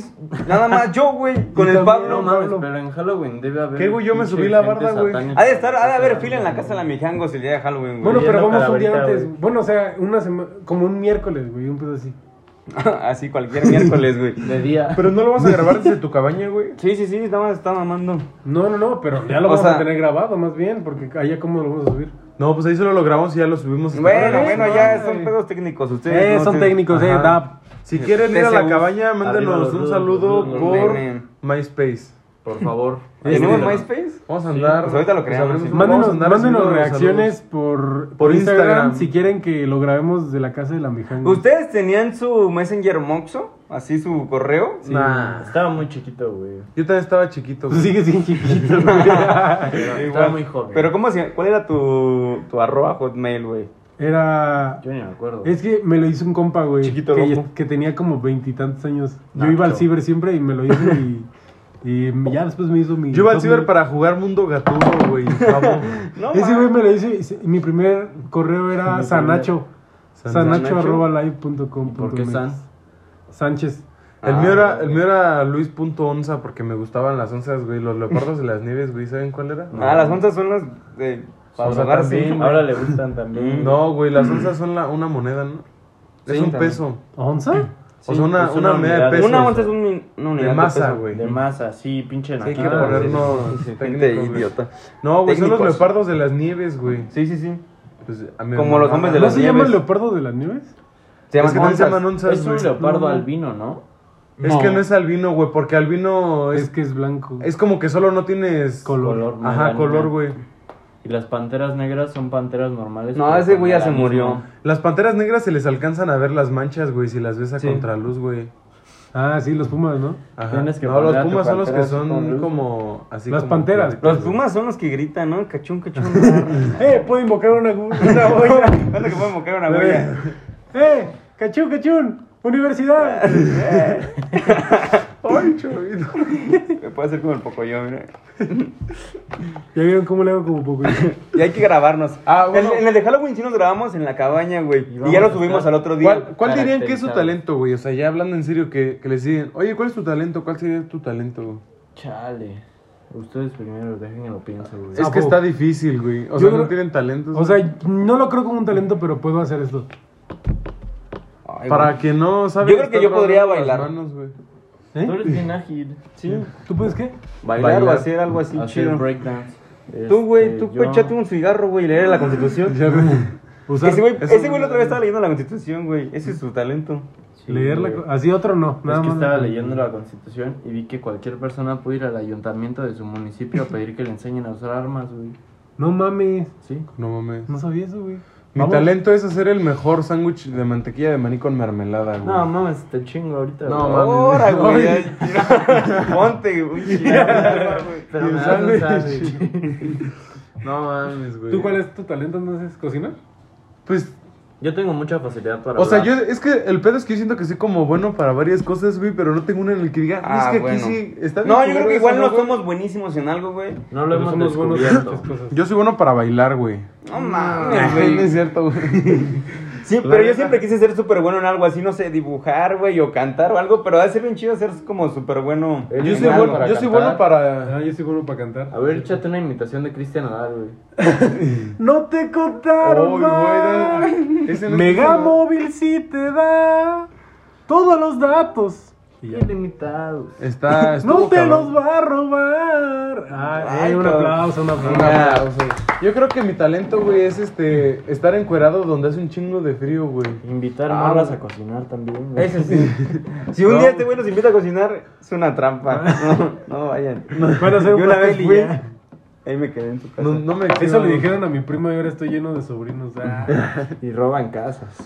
Speaker 3: nada más yo, güey, con
Speaker 1: Y
Speaker 3: el
Speaker 1: también,
Speaker 3: Pablo.
Speaker 1: mames, Pablo.
Speaker 4: pero en Halloween debe haber.
Speaker 2: ¿Qué, güey? Yo me
Speaker 4: pinche
Speaker 2: subí la
Speaker 4: gente
Speaker 2: barda, güey.
Speaker 4: satánica.
Speaker 3: Ha de estar, ha de haber fila en la casa de la Mijangos el día de Halloween, güey.
Speaker 1: Bueno, pero
Speaker 4: Yendo
Speaker 1: vamos un día
Speaker 4: calaverita,
Speaker 1: antes.
Speaker 4: güey.
Speaker 1: Bueno, o sea, una sema- como un miércoles, güey, un pedo así.
Speaker 3: Así cualquier miércoles, güey.
Speaker 4: De día.
Speaker 2: Pero no lo vas a grabar desde tu cabaña, güey.
Speaker 3: Sí, sí, sí, nada más está mamando.
Speaker 1: No, no, no, pero ya lo
Speaker 3: O
Speaker 1: vamos a
Speaker 3: sea-
Speaker 1: tener grabado más bien, porque allá cómo lo vamos a subir.
Speaker 2: No, pues ahí solo lo grabamos y ya lo subimos. hasta
Speaker 3: Bueno,
Speaker 2: ahora.
Speaker 3: bueno,
Speaker 1: no,
Speaker 3: ya
Speaker 1: güey.
Speaker 3: son pedos técnicos ustedes.
Speaker 1: Eh,
Speaker 3: no
Speaker 1: son
Speaker 3: sé.
Speaker 1: técnicos, eh,
Speaker 2: Ajá.
Speaker 1: da.
Speaker 2: Si quieren ir a
Speaker 3: TCU.
Speaker 2: la cabaña,
Speaker 4: Arriba los
Speaker 2: mándenos un
Speaker 4: rudos,
Speaker 2: saludo
Speaker 4: los rudos,
Speaker 2: por
Speaker 3: nene.
Speaker 2: MySpace.
Speaker 4: Por favor.
Speaker 3: ¿Tenemos
Speaker 1: Este-
Speaker 3: MySpace?
Speaker 2: Vamos a
Speaker 4: Sí,
Speaker 2: andar.
Speaker 3: pues ahorita lo creamos,
Speaker 2: abrimos-
Speaker 3: sí.
Speaker 2: vamos a
Speaker 1: Mándenos,
Speaker 2: andar haciendo
Speaker 1: mándenos
Speaker 2: los
Speaker 1: reacciones por,
Speaker 2: Por
Speaker 1: Instagram,
Speaker 2: Instagram.
Speaker 1: si quieren que lo grabemos de la casa de la Mijanga.
Speaker 3: ¿Ustedes tenían su Messenger Moxo? Así su correo.
Speaker 2: saludos. Nah.
Speaker 4: Estaba muy chiquito, güey.
Speaker 2: Yo también estaba chiquito. güey.
Speaker 1: Pues Sigue sin chiquito.
Speaker 4: Pero
Speaker 3: Igual.
Speaker 4: Estaba muy joven.
Speaker 3: Pero ¿cómo se ¿Cuál era tu, tu arroba hotmail, güey?
Speaker 1: Era.
Speaker 4: Yo ni me acuerdo.
Speaker 1: Es que me lo hizo un compa, güey.
Speaker 3: Chiquito
Speaker 1: que,
Speaker 3: loco.
Speaker 1: que tenía como veintitantos años. Yo
Speaker 4: Nacho.
Speaker 1: iba al ciber siempre y me lo hizo y. y ya después me hizo mi.
Speaker 2: Yo iba al ciber para jugar Mundo Gatuno, güey. pavo.
Speaker 3: No,
Speaker 1: Ese
Speaker 3: ma.
Speaker 1: güey me lo hizo y se- y mi primer correo era
Speaker 4: Mi
Speaker 1: Sanacho.
Speaker 2: San-
Speaker 1: Sanacho
Speaker 3: Sanacho.
Speaker 1: arroba live punto com
Speaker 4: ¿Y por
Speaker 1: punto
Speaker 4: qué
Speaker 1: mx.
Speaker 4: San?
Speaker 1: Sánchez.
Speaker 2: El,
Speaker 3: Ah,
Speaker 2: mío era, el
Speaker 3: güey.
Speaker 2: mío era Luis.onza porque me gustaban las onzas, güey. Los leopardos de las nieves, güey. ¿Saben cuál era?
Speaker 3: Ah, las onzas son las de... Para
Speaker 2: Son
Speaker 3: pagar
Speaker 2: también,
Speaker 3: sí.
Speaker 2: güey. Mm,
Speaker 4: Ahora le gustan también.
Speaker 2: No, güey. Las onzas son la, una moneda, ¿no?
Speaker 3: Sí,
Speaker 2: es un
Speaker 3: también.
Speaker 2: peso.
Speaker 1: ¿Onza?
Speaker 2: o sea, una,
Speaker 4: es
Speaker 2: una,
Speaker 4: una
Speaker 2: medida de
Speaker 4: unidad.
Speaker 2: peso.
Speaker 3: Una onza es un min- una unidad
Speaker 2: de
Speaker 3: de Ah,
Speaker 2: masa,
Speaker 3: peso.
Speaker 2: güey.
Speaker 4: De masa, sí, pinche
Speaker 2: Sí, hay que
Speaker 4: nacar, güey.
Speaker 2: ponernos
Speaker 3: Gente
Speaker 2: técnicos, güey.
Speaker 3: idiota.
Speaker 2: No, güey, son los
Speaker 3: Técnicos.
Speaker 2: leopardos de las nieves, güey.
Speaker 3: Sí, sí, sí.
Speaker 2: Pues, a mí me
Speaker 3: Como los
Speaker 2: mamaban.
Speaker 3: hombres de
Speaker 1: ¿No
Speaker 3: las
Speaker 1: se llama
Speaker 3: nieves.
Speaker 1: Leopardo de las Nieves?
Speaker 3: Se
Speaker 2: Es que también se
Speaker 3: onzas.
Speaker 2: llaman onzas,
Speaker 4: Es un
Speaker 2: güey.
Speaker 4: leopardo albino, ¿no?
Speaker 2: Es que no es albino, güey, porque albino
Speaker 1: Es
Speaker 2: es,
Speaker 1: que es blanco.
Speaker 2: es como que solo no tienes
Speaker 1: Color.
Speaker 4: Color,
Speaker 2: Ajá,
Speaker 4: no,
Speaker 2: color,
Speaker 4: no.
Speaker 2: güey.
Speaker 4: Y las panteras negras son panteras normales.
Speaker 3: No,
Speaker 4: pero
Speaker 3: ese güey ya
Speaker 4: con
Speaker 3: se
Speaker 4: alas,
Speaker 3: murió.
Speaker 4: ¿no?
Speaker 2: Las panteras negras se les alcanzan a ver las manchas, güey, si las ves a
Speaker 3: Sí.
Speaker 2: contraluz, güey.
Speaker 1: Ah, sí, los pumas, ¿no?
Speaker 2: Ajá.
Speaker 4: Tienes que
Speaker 2: No, los
Speaker 4: poner a tu
Speaker 2: pumas son los que
Speaker 4: pantera con
Speaker 2: son
Speaker 4: luz.
Speaker 2: como así
Speaker 1: Las
Speaker 2: como
Speaker 1: panteras.
Speaker 2: platitos,
Speaker 3: Los
Speaker 2: güey.
Speaker 3: pumas son los que gritan, ¿no? Cachún, cachún. Anda
Speaker 1: ¡Eh! Puedo invocar una, gu- una boya.
Speaker 3: que pueden invocar una huella.
Speaker 1: ¡Eh! ¡Cachún, cachún! ¡Universidad!
Speaker 2: Ay, chavito.
Speaker 3: Me puede hacer como el Pocoyo, mira.
Speaker 1: ¿Ya vieron cómo le hago como poco?
Speaker 3: Y hay que grabarnos.
Speaker 2: Ah, bueno.
Speaker 3: En, en el de Halloween sí nos grabamos en la cabaña, güey. Y,
Speaker 4: vamos
Speaker 3: ya lo
Speaker 4: a
Speaker 3: subimos
Speaker 4: estar-
Speaker 3: al otro día.
Speaker 2: ¿Cuál, cuál dirían que es su
Speaker 4: Caracterizado.
Speaker 2: talento, güey? O sea, ya hablando en serio, que, que les digan, oye, ¿cuál es tu talento? ¿Cuál sería tu talento? güey?
Speaker 4: Chale. Ustedes primero, dejen que lo pienso, güey.
Speaker 2: Es que
Speaker 1: po-
Speaker 2: está difícil, güey. O
Speaker 1: Yo
Speaker 2: sea, no
Speaker 1: creo-
Speaker 2: tienen talentos.
Speaker 1: O sea, no lo creo como un talento, pero puedo hacer esto.
Speaker 3: Ay,
Speaker 2: para
Speaker 3: güey.
Speaker 2: quien no sabe.
Speaker 3: Yo creo que
Speaker 2: está
Speaker 3: yo podría
Speaker 2: trabajando las
Speaker 3: bailar.
Speaker 2: manos, güey.
Speaker 1: ¿Eh?
Speaker 4: Tú eres bien ágil.
Speaker 3: Sí.
Speaker 1: ¿Tú puedes qué?
Speaker 3: Bailar,
Speaker 2: Bailar.
Speaker 3: o hacer algo así
Speaker 4: Hacer
Speaker 3: chido.
Speaker 4: breakdance.
Speaker 3: Tú, güey,
Speaker 4: Este,
Speaker 3: tú
Speaker 4: yo-
Speaker 3: échate un cigarro, güey, y leer la constitución.
Speaker 1: Ya como usar-
Speaker 3: ese güey,
Speaker 2: eso
Speaker 3: ese
Speaker 2: no-
Speaker 3: güey la otra vez estaba leyendo la constitución, güey. Ese es su talento.
Speaker 4: Sí,
Speaker 1: leer la...
Speaker 4: güey.
Speaker 1: co- Así otro no. Nada
Speaker 4: es que
Speaker 1: más.
Speaker 4: estaba leyendo la constitución y vi que cualquier persona puede ir al ayuntamiento de su municipio a pedir que le enseñen a usar armas, güey.
Speaker 1: No mames.
Speaker 4: Sí.
Speaker 2: No mames.
Speaker 1: No sabía eso, güey.
Speaker 2: Mi
Speaker 1: Vamos.
Speaker 2: talento es hacer el mejor sándwich de mantequilla de maní con mermelada, güey.
Speaker 4: No mames, te chingo ahorita.
Speaker 2: No,
Speaker 4: güey.
Speaker 2: mames.
Speaker 3: Ahora, güey. Oh.
Speaker 2: Ay.
Speaker 3: ya- Ponte, güey. ya, güey.
Speaker 4: Pero
Speaker 2: Y
Speaker 4: me
Speaker 2: el
Speaker 4: das
Speaker 2: sándwich.
Speaker 4: un sándwich.
Speaker 2: No mames, güey.
Speaker 1: ¿Tú cuál es tu talento entonces? ¿Cocinar?
Speaker 2: Pues,
Speaker 4: Yo tengo mucha facilidad para
Speaker 2: o sea, yo,
Speaker 4: hablar.
Speaker 2: es que el pedo es que yo siento que soy como bueno para varias cosas, güey, pero no tengo uno en el que diga,
Speaker 3: Ah,
Speaker 2: es que aquí
Speaker 3: bueno.
Speaker 2: sí está bien
Speaker 3: No, yo
Speaker 2: culero
Speaker 3: creo que
Speaker 2: eso,
Speaker 3: igual
Speaker 2: ¿no,
Speaker 3: no
Speaker 2: güey?"
Speaker 3: somos buenísimos en algo, güey.
Speaker 4: No lo hemos
Speaker 1: somos buenos en
Speaker 4: descubierto.
Speaker 1: muchas cosas.
Speaker 2: Yo soy bueno para bailar, güey.
Speaker 3: No
Speaker 2: Ay,
Speaker 3: mames,
Speaker 2: no es
Speaker 3: güey.
Speaker 2: cierto, güey.
Speaker 3: Sí,
Speaker 2: La
Speaker 3: pero yo
Speaker 2: neta.
Speaker 3: siempre quise ser súper bueno en algo así, no sé, dibujar, güey, o cantar o algo, pero ha de ser bien chido ser como súper bueno.
Speaker 4: Yo
Speaker 2: Yo
Speaker 3: en
Speaker 2: soy
Speaker 3: algo.
Speaker 2: bueno, yo soy bueno para...
Speaker 1: Ah, yo soy bueno para cantar.
Speaker 4: A ver, échate una imitación de Cristian Nadal, güey.
Speaker 1: No te
Speaker 2: Uy,
Speaker 1: contaron
Speaker 2: güey,
Speaker 1: más.
Speaker 2: no. Ese no es
Speaker 1: Megamóvil sí te da todos los datos.
Speaker 4: Ilimitados.
Speaker 2: Está...
Speaker 1: No
Speaker 2: estuvo
Speaker 1: te
Speaker 2: cabrón.
Speaker 1: los va a robar. Ah,
Speaker 3: Ay,
Speaker 1: eh, un
Speaker 3: cabrón.
Speaker 1: aplauso, un aplauso.
Speaker 2: Un aplauso. Yo creo que mi talento, güey, es este... Estar encuerado donde hace un chingo de frío, güey.
Speaker 4: Invitar
Speaker 2: Ah,
Speaker 4: morras
Speaker 2: güey.
Speaker 4: a cocinar también, güey.
Speaker 3: Ese sí. Si un día este güey nos invita a cocinar, es una trampa. No, no vayan.
Speaker 1: Van a hacer
Speaker 3: Yo
Speaker 1: un
Speaker 3: una vez
Speaker 1: pastel y
Speaker 3: fui,
Speaker 1: ya.
Speaker 3: ahí me quedé en tu casa.
Speaker 2: No, no me
Speaker 1: Eso
Speaker 2: quedo-
Speaker 1: le dijeron a mi prima y ahora estoy lleno de sobrinos. Ah.
Speaker 4: Y roban casas.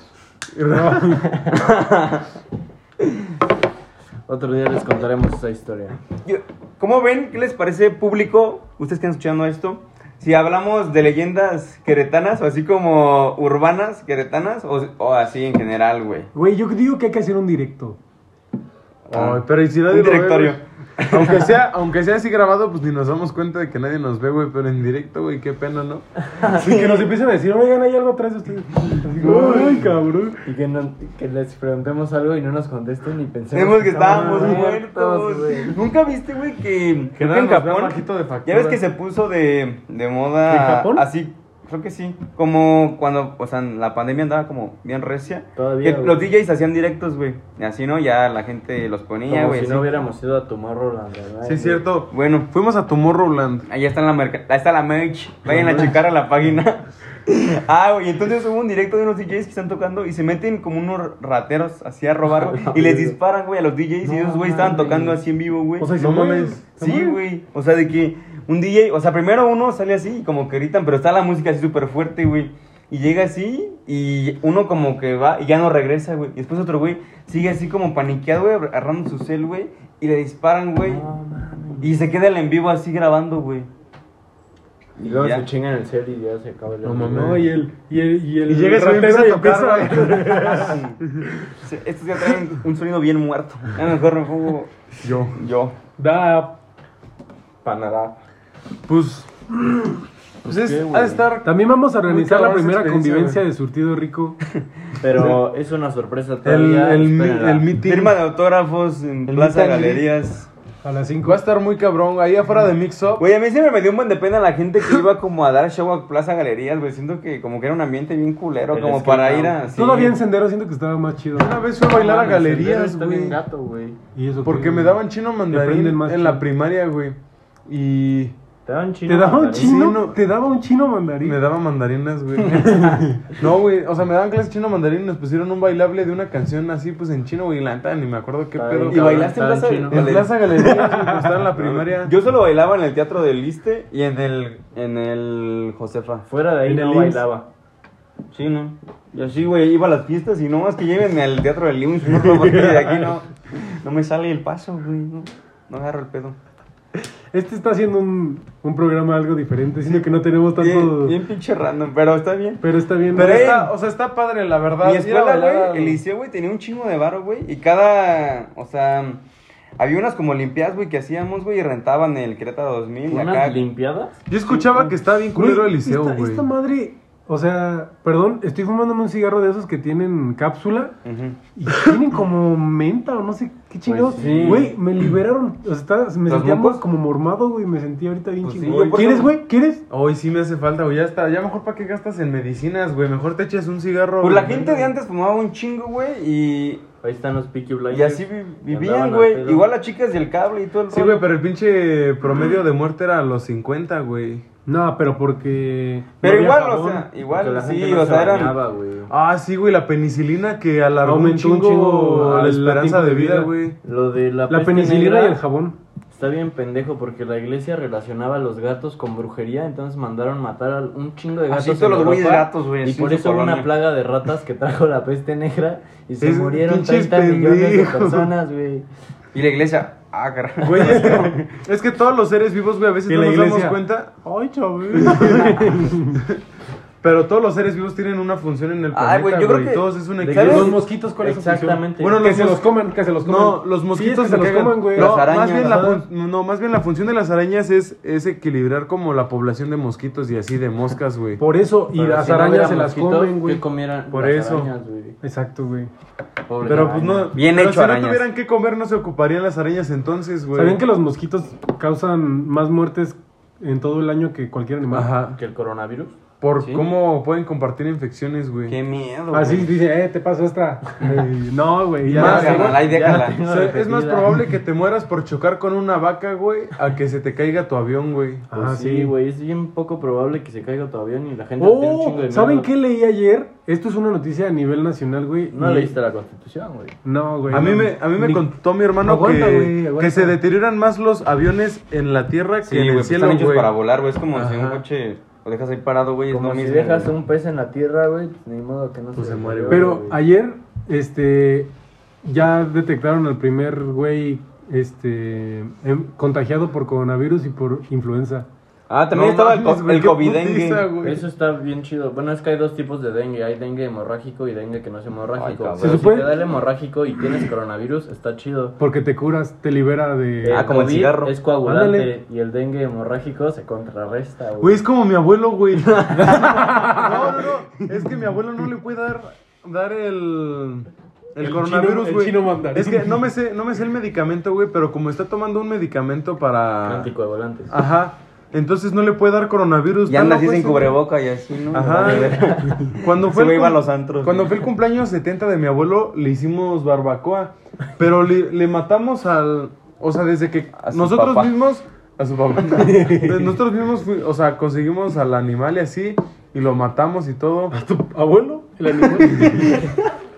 Speaker 4: Otro día les contaremos esa historia.
Speaker 3: Yo- ¿Cómo ven? ¿Qué les parece público? Ustedes que están escuchando esto. Si hablamos de leyendas queretanas o así como urbanas queretanas o, o así en general, güey.
Speaker 1: Güey, yo digo que hay que hacer un directo.
Speaker 2: Ay, pero y si nadie
Speaker 3: Un
Speaker 2: lo ve,
Speaker 3: directorio.
Speaker 2: güey? aunque sea, aunque sea así grabado, pues ni nos damos cuenta de que nadie nos ve, güey, pero en directo, güey, qué pena, ¿no?
Speaker 1: Y Ah, que nos empiecen a decir, oigan, hay algo atrás de ustedes. Así como, Ay, cabrón.
Speaker 4: Y que, no- que les preguntemos algo y no nos contesten y pensemos
Speaker 3: Vemos que estábamos muertos.
Speaker 4: muertos, güey.
Speaker 3: Nunca viste, güey, que, creo que
Speaker 2: nada
Speaker 3: en
Speaker 2: nos da
Speaker 3: Japón.
Speaker 2: bajito de factura.
Speaker 3: ya ves que se puso de, de moda.
Speaker 1: ¿En Japón?
Speaker 3: Así, creo que sí. Como cuando, o sea, la pandemia andaba como bien recia.
Speaker 4: Todavía,
Speaker 3: que
Speaker 4: güey.
Speaker 3: los DJs hacían directos, güey. Y así, ¿no? Ya la gente los ponía,
Speaker 4: Como
Speaker 3: güey.
Speaker 4: si no
Speaker 3: así.
Speaker 4: hubiéramos ido a Tomorrowland, ¿verdad?
Speaker 2: Sí,
Speaker 4: güey?
Speaker 2: es cierto.
Speaker 3: Bueno,
Speaker 2: Fuimos a Tomorrowland.
Speaker 3: Ahí está la merca, ahí está la merch. Vayan a checar a la página. Ah, güey, entonces hubo un directo de unos DJs que están tocando y se meten como unos rateros así a robar, güey, y les disparan, güey, a los DJs y
Speaker 4: No
Speaker 3: esos güey estaban
Speaker 4: mames.
Speaker 3: tocando así en vivo, güey.
Speaker 1: O sea, ¿y se
Speaker 2: No
Speaker 1: mueren?
Speaker 2: mames.
Speaker 1: ¿Se
Speaker 3: sí,
Speaker 1: mueren?
Speaker 3: güey. O sea, de que un DJ, o sea, primero uno sale así y como que gritan, pero está la música así súper fuerte, güey. Y llega así y uno como que va y ya no regresa, güey. Y después otro güey sigue así como paniqueado, güey, agarrando su cel, güey, y le disparan, güey.
Speaker 4: No, mames.
Speaker 3: Y se queda el en vivo así grabando, güey.
Speaker 4: Y luego
Speaker 3: Ya.
Speaker 4: se chingan el set y ya se acaba el
Speaker 2: No
Speaker 4: evento.
Speaker 1: No, y el, y el, y el
Speaker 2: Y llega y se
Speaker 1: ratero
Speaker 2: empieza a
Speaker 1: y
Speaker 2: tocar,
Speaker 1: empieza a-
Speaker 3: Sí, Estos ya traen un sonido bien muerto. A lo mejor me pongo
Speaker 2: Yo.
Speaker 3: yo.
Speaker 1: Da.
Speaker 4: Panará.
Speaker 2: Pues. Pues es.
Speaker 4: qué,
Speaker 2: ha de
Speaker 4: güey?
Speaker 2: estar.
Speaker 1: También vamos a organizar
Speaker 2: cabrón
Speaker 1: la
Speaker 2: esa
Speaker 1: primera
Speaker 2: experiencia,
Speaker 1: convivencia
Speaker 2: güey.
Speaker 1: de Surtido Rico.
Speaker 4: Pero es una sorpresa
Speaker 2: El,
Speaker 4: todavía.
Speaker 2: el, mi-
Speaker 4: espérenla.
Speaker 2: el meeting.
Speaker 3: Firma de autógrafos en
Speaker 2: El
Speaker 3: Plaza
Speaker 2: meet and greet.
Speaker 3: Galerías.
Speaker 1: A las 5.
Speaker 2: Va a estar muy cabrón. Ahí afuera de Mix Up.
Speaker 3: Güey, a mí siempre me dio un buen de pena la gente que iba como a dar show a Plaza Galerías, güey. Siento que como que era un ambiente bien culero,
Speaker 4: El
Speaker 3: como
Speaker 4: esquema.
Speaker 3: para ir a... sí.
Speaker 1: Todavía en Sendero siento que estaba más chido.
Speaker 2: Una vez fui a bailar a
Speaker 4: Ah, Mames, el
Speaker 2: galerías,
Speaker 4: está bien
Speaker 2: güey.
Speaker 4: gato, güey.
Speaker 1: ¿Y eso qué,
Speaker 2: Porque me
Speaker 1: güey?
Speaker 2: daban chino
Speaker 1: Te prenden
Speaker 2: mandarín
Speaker 1: más
Speaker 2: en la
Speaker 1: chido.
Speaker 2: primaria, güey. Y
Speaker 4: Te da un chino.
Speaker 1: Te daba un
Speaker 4: mandarín.
Speaker 1: chino,
Speaker 2: no.
Speaker 1: te daba un chino mandarín.
Speaker 2: Me daban mandarinas, güey. no, güey. O sea, me daban clases chino mandarín y nos pusieron un bailable de una canción así, pues en chino, güey. La neta, ni me acuerdo qué
Speaker 4: Está
Speaker 2: pedo.
Speaker 4: bien,
Speaker 3: ¿Y
Speaker 2: cabrón.
Speaker 3: bailaste en
Speaker 4: Tan
Speaker 3: Plaza
Speaker 4: chino.
Speaker 2: En
Speaker 3: Galerías?
Speaker 2: Plaza Galerías, güey, cuando estaba en la primaria.
Speaker 3: Yo solo bailaba en el teatro del Liste y en el, en el Josefa.
Speaker 4: Fuera de ahí
Speaker 1: En el
Speaker 4: no
Speaker 1: IMSS.
Speaker 4: bailaba.
Speaker 3: Sí, ¿no? Yo sí, güey, iba a las fiestas y no más que llévenme al teatro del Lins, por favor, porque de aquí no, no me sale el paso, güey. No, no agarro el pedo.
Speaker 1: Este está haciendo un, un programa algo diferente, sino que no tenemos tanto.
Speaker 3: Bien, bien pinche random, pero está bien.
Speaker 1: Pero está bien.
Speaker 2: Pero
Speaker 1: ¿no?
Speaker 2: está, o sea, está padre, la verdad.
Speaker 3: Mi
Speaker 2: Ir a
Speaker 3: escuela,
Speaker 2: bailar
Speaker 3: güey,
Speaker 2: al-
Speaker 3: el liceo, güey, tenía un chingo de varo, güey. Y cada, o sea, había unas como limpiadas, güey, que hacíamos, güey, y rentaban el Creta 2000. y acá,
Speaker 4: ¿Unas limpiadas?
Speaker 2: Yo escuchaba que estaba bien
Speaker 1: Güey,
Speaker 2: culero el liceo,
Speaker 1: esta-
Speaker 2: güey.
Speaker 1: Esta madre. O sea, perdón, estoy fumándome un cigarro de esos que tienen cápsula
Speaker 3: Ujú.
Speaker 1: y tienen como menta o no sé qué chingados.
Speaker 4: Pues sí.
Speaker 1: Güey, me liberaron. O sea, estaba- me
Speaker 3: ¿Los
Speaker 1: sentía
Speaker 3: mocos?
Speaker 1: como mormado, güey. Me sentía ahorita bien
Speaker 3: Pues sí,
Speaker 1: chingón.
Speaker 3: yo por
Speaker 1: ¿Quieres,
Speaker 3: eso-
Speaker 1: güey? ¿Quieres?
Speaker 2: Hoy sí me hace falta, güey. Ya está. Ya mejor para qué gastas en medicinas, güey. Mejor te echas un cigarro.
Speaker 3: Pues la
Speaker 2: güey.
Speaker 3: gente de antes fumaba un chingo, güey, y,
Speaker 4: Ahí están los Peaky Blinders.
Speaker 3: y así vi-
Speaker 4: Andaban
Speaker 3: vivían,
Speaker 4: al
Speaker 3: güey.
Speaker 4: pedo.
Speaker 3: Igual las chicas del cable y todo el
Speaker 2: Sí,
Speaker 3: rollo.
Speaker 2: güey, pero el pinche promedio de muerte era a los 50, güey.
Speaker 1: No, pero porque. no
Speaker 3: Pero
Speaker 1: había
Speaker 3: igual, o
Speaker 1: jabón.
Speaker 3: sea,
Speaker 4: Porque
Speaker 3: igual,
Speaker 4: la
Speaker 3: sí,
Speaker 4: gente no
Speaker 3: o
Speaker 4: se
Speaker 3: sea, eran...
Speaker 4: bañaba, güey.
Speaker 2: Ah, sí, güey, la penicilina que alargó un
Speaker 1: Aumentó un
Speaker 2: chingo,
Speaker 1: chingo
Speaker 2: la
Speaker 1: el
Speaker 2: esperanza
Speaker 1: tiempo
Speaker 2: de
Speaker 1: de
Speaker 2: vida,
Speaker 1: vida.
Speaker 2: güey.
Speaker 4: Lo de la,
Speaker 1: La
Speaker 4: peste
Speaker 1: penicilina
Speaker 4: negra
Speaker 1: y el jabón.
Speaker 4: Está bien pendejo porque la iglesia relacionaba a los gatos con brujería, entonces mandaron matar a un chingo de gatos.
Speaker 3: Así todos
Speaker 4: en
Speaker 3: los güeyes
Speaker 4: Europa,
Speaker 3: gatos, güey,
Speaker 4: Y
Speaker 3: así
Speaker 4: por
Speaker 3: en su
Speaker 4: eso hubo una
Speaker 3: colonia.
Speaker 4: plaga de ratas que trajo la peste negra y se
Speaker 2: Es-
Speaker 4: murieron
Speaker 2: pinches
Speaker 4: 30 millones de
Speaker 2: pendejos.
Speaker 4: personas, güey.
Speaker 3: Y la iglesia, ah, carajo.
Speaker 2: Güey, es que, es que todos los seres vivos, güey, a veces
Speaker 1: Y
Speaker 2: no
Speaker 1: la
Speaker 2: nos damos
Speaker 1: iglesia.
Speaker 2: cuenta,
Speaker 1: Ay, chaval.
Speaker 2: pero todos los seres vivos tienen una función en el planeta,
Speaker 3: Ay, güey,
Speaker 2: güey.
Speaker 3: yo creo que-
Speaker 2: Todos es un
Speaker 4: ¿De
Speaker 2: equipo.
Speaker 4: qué?
Speaker 1: Los mosquitos, ¿cuál es su función?
Speaker 4: Exactamente.
Speaker 2: Bueno,
Speaker 1: que
Speaker 2: los
Speaker 1: se
Speaker 2: mos-
Speaker 1: los coman, que se los coman.
Speaker 2: No, los mosquitos
Speaker 1: Sí, es que se, los
Speaker 2: cagan.
Speaker 1: coman, güey.
Speaker 2: No,
Speaker 3: Las arañas.
Speaker 2: Más bien la
Speaker 1: Ajá.
Speaker 2: fun- no, más bien la función de las arañas es, es equilibrar como la población de mosquitos y así de moscas, güey.
Speaker 1: Por eso, y
Speaker 4: Pero
Speaker 1: las
Speaker 4: si no
Speaker 1: arañas
Speaker 4: hubiera
Speaker 1: se las
Speaker 4: mosquitos,
Speaker 1: comen, güey.
Speaker 4: ¿qué comieran
Speaker 2: Por
Speaker 4: las
Speaker 2: eso.
Speaker 4: arañas, güey?
Speaker 1: Exacto, güey.
Speaker 4: Pobre
Speaker 2: Pero pues
Speaker 4: araña.
Speaker 2: no.
Speaker 3: Bien
Speaker 2: pero
Speaker 3: hecho,
Speaker 2: si
Speaker 3: arañas.
Speaker 2: no tuvieran que comer, no se ocuparían las arañas entonces, güey.
Speaker 1: ¿Sabían que los mosquitos causan más muertes en todo el año que cualquier animal?
Speaker 2: Ajá.
Speaker 4: ¿Que el coronavirus?
Speaker 2: Por
Speaker 3: Sí.
Speaker 2: cómo pueden compartir infecciones, güey.
Speaker 3: Qué miedo, güey.
Speaker 1: Así dice, eh, te paso esta. Eh, no, güey. ya.
Speaker 2: Más,
Speaker 1: Sí,
Speaker 2: güey.
Speaker 3: déjala, ahí déjala.
Speaker 4: tengo
Speaker 2: O sea, es
Speaker 4: repetida.
Speaker 2: más probable que te mueras por chocar con una vaca, güey, a que se te caiga tu avión, güey.
Speaker 1: Ah,
Speaker 4: Pues sí,
Speaker 1: sí.
Speaker 4: güey, es bien poco probable que se caiga tu avión y la gente tiene un
Speaker 1: Oh,
Speaker 4: chingo de
Speaker 1: ¿saben
Speaker 4: miedo.
Speaker 1: qué leí ayer? Esto es una noticia a nivel nacional, güey.
Speaker 4: No
Speaker 1: y-
Speaker 4: leíste la constitución, güey.
Speaker 1: No, güey.
Speaker 2: A mí
Speaker 1: no.
Speaker 2: me, a mí me
Speaker 1: Ni-
Speaker 2: contó mi hermano
Speaker 1: Aguanta,
Speaker 2: que,
Speaker 1: güey, aguanta.
Speaker 2: que se deterioran más los aviones en la tierra que
Speaker 3: Sí,
Speaker 2: en
Speaker 3: güey,
Speaker 2: el
Speaker 3: pues
Speaker 2: cielo,
Speaker 3: están hechos
Speaker 2: güey.
Speaker 3: para volar, güey. Es como si un
Speaker 2: Ajá.
Speaker 3: coche lo dejas ahí parado, güey. Es
Speaker 4: Como
Speaker 3: lo
Speaker 4: si
Speaker 3: mismo.
Speaker 4: dejas
Speaker 3: güey.
Speaker 4: un pez en la tierra, güey, pues ni modo que no
Speaker 2: Pues se muere, güey.
Speaker 1: Pero ayer, este, ya detectaron al primer güey, este, em- contagiado por coronavirus y por influenza.
Speaker 3: Ah, también
Speaker 2: No
Speaker 3: estaba el,
Speaker 2: mames,
Speaker 3: co-
Speaker 2: güey,
Speaker 3: el
Speaker 2: qué
Speaker 3: covidengue.
Speaker 2: putiza, güey.
Speaker 4: Eso está bien chido. Bueno, es que hay dos tipos de dengue. Hay dengue hemorrágico y dengue que no es
Speaker 3: Ay,
Speaker 4: hemorrágico.
Speaker 3: cabrón.
Speaker 1: ¿Se
Speaker 4: Pero si
Speaker 1: supone?
Speaker 4: te da el hemorrágico y tienes coronavirus, está chido.
Speaker 1: Porque te curas, te libera de...
Speaker 3: Ah, como el
Speaker 4: COVID
Speaker 3: cigarro.
Speaker 4: Es coagulante
Speaker 1: Ándale.
Speaker 4: y el dengue hemorrágico se contrarresta,
Speaker 2: Güey,
Speaker 4: güey.
Speaker 2: es como mi abuelo, güey. No, no, no. Es que mi abuelo no le puede dar, dar el. El,
Speaker 1: El chino-
Speaker 2: coronavirus,
Speaker 1: el
Speaker 2: güey.
Speaker 1: chino mandarín.
Speaker 2: Es que no me sé, no me sé el medicamento, güey, pero como está tomando un medicamento para.
Speaker 4: Anticoagulantes.
Speaker 2: Ajá. Entonces no le puede dar coronavirus.
Speaker 3: Y
Speaker 2: No,
Speaker 3: anda así
Speaker 2: pues,
Speaker 3: sin cubreboca y así, ¿no?
Speaker 2: Ajá. Cuando
Speaker 3: Se
Speaker 2: fue,
Speaker 3: me iba a
Speaker 2: cum-
Speaker 3: los antros.
Speaker 2: cuando
Speaker 3: güey.
Speaker 2: fue el cumpleaños 70 de mi abuelo, le hicimos barbacoa. Pero le, le matamos al. O sea, desde que
Speaker 3: A su
Speaker 2: nosotros
Speaker 3: papá.
Speaker 2: mismos. A su papá. Entonces, nosotros mismos, fui- o sea, conseguimos al animal y así. Y lo matamos y todo.
Speaker 1: ¿Tu abuelo? El animal.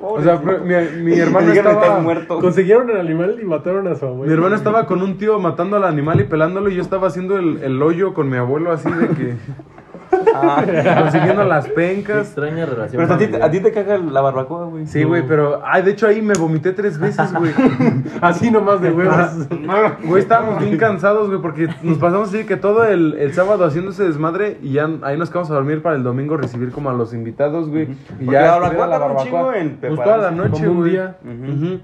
Speaker 2: O sea, fue- mi, mi hermano
Speaker 3: Dijeron,
Speaker 2: estaba.
Speaker 3: "Estás muerto.
Speaker 1: Consiguieron el animal y mataron a su abuelo.
Speaker 2: Mi hermano estaba con un tío matando al animal y pelándolo. Y yo estaba haciendo el, el hoyo con mi abuelo así de que.
Speaker 3: Ah.
Speaker 2: consiguiendo las
Speaker 4: Qué
Speaker 2: pencas.
Speaker 4: extraña relación.
Speaker 3: Pero hasta a ti, te-
Speaker 4: familiar.
Speaker 3: a ti te caga la barbacoa, güey.
Speaker 2: Sí, güey, pero. Ay, de hecho ahí me vomité tres veces, güey.
Speaker 1: Así nomás de huevos.
Speaker 2: Ah, Güey, estábamos bien cansados, güey, porque nos pasamos así de que todo el, el sábado haciéndose desmadre y ya ahí nos quedamos a dormir para el domingo recibir como a los invitados, güey. Y
Speaker 3: Porque
Speaker 2: ya
Speaker 3: la
Speaker 2: estuviera
Speaker 3: barbacoa tarda un chingo en
Speaker 2: Pues toda la
Speaker 3: prepararse,
Speaker 2: noche,
Speaker 1: como un
Speaker 2: güey.
Speaker 1: día.
Speaker 2: Ujú.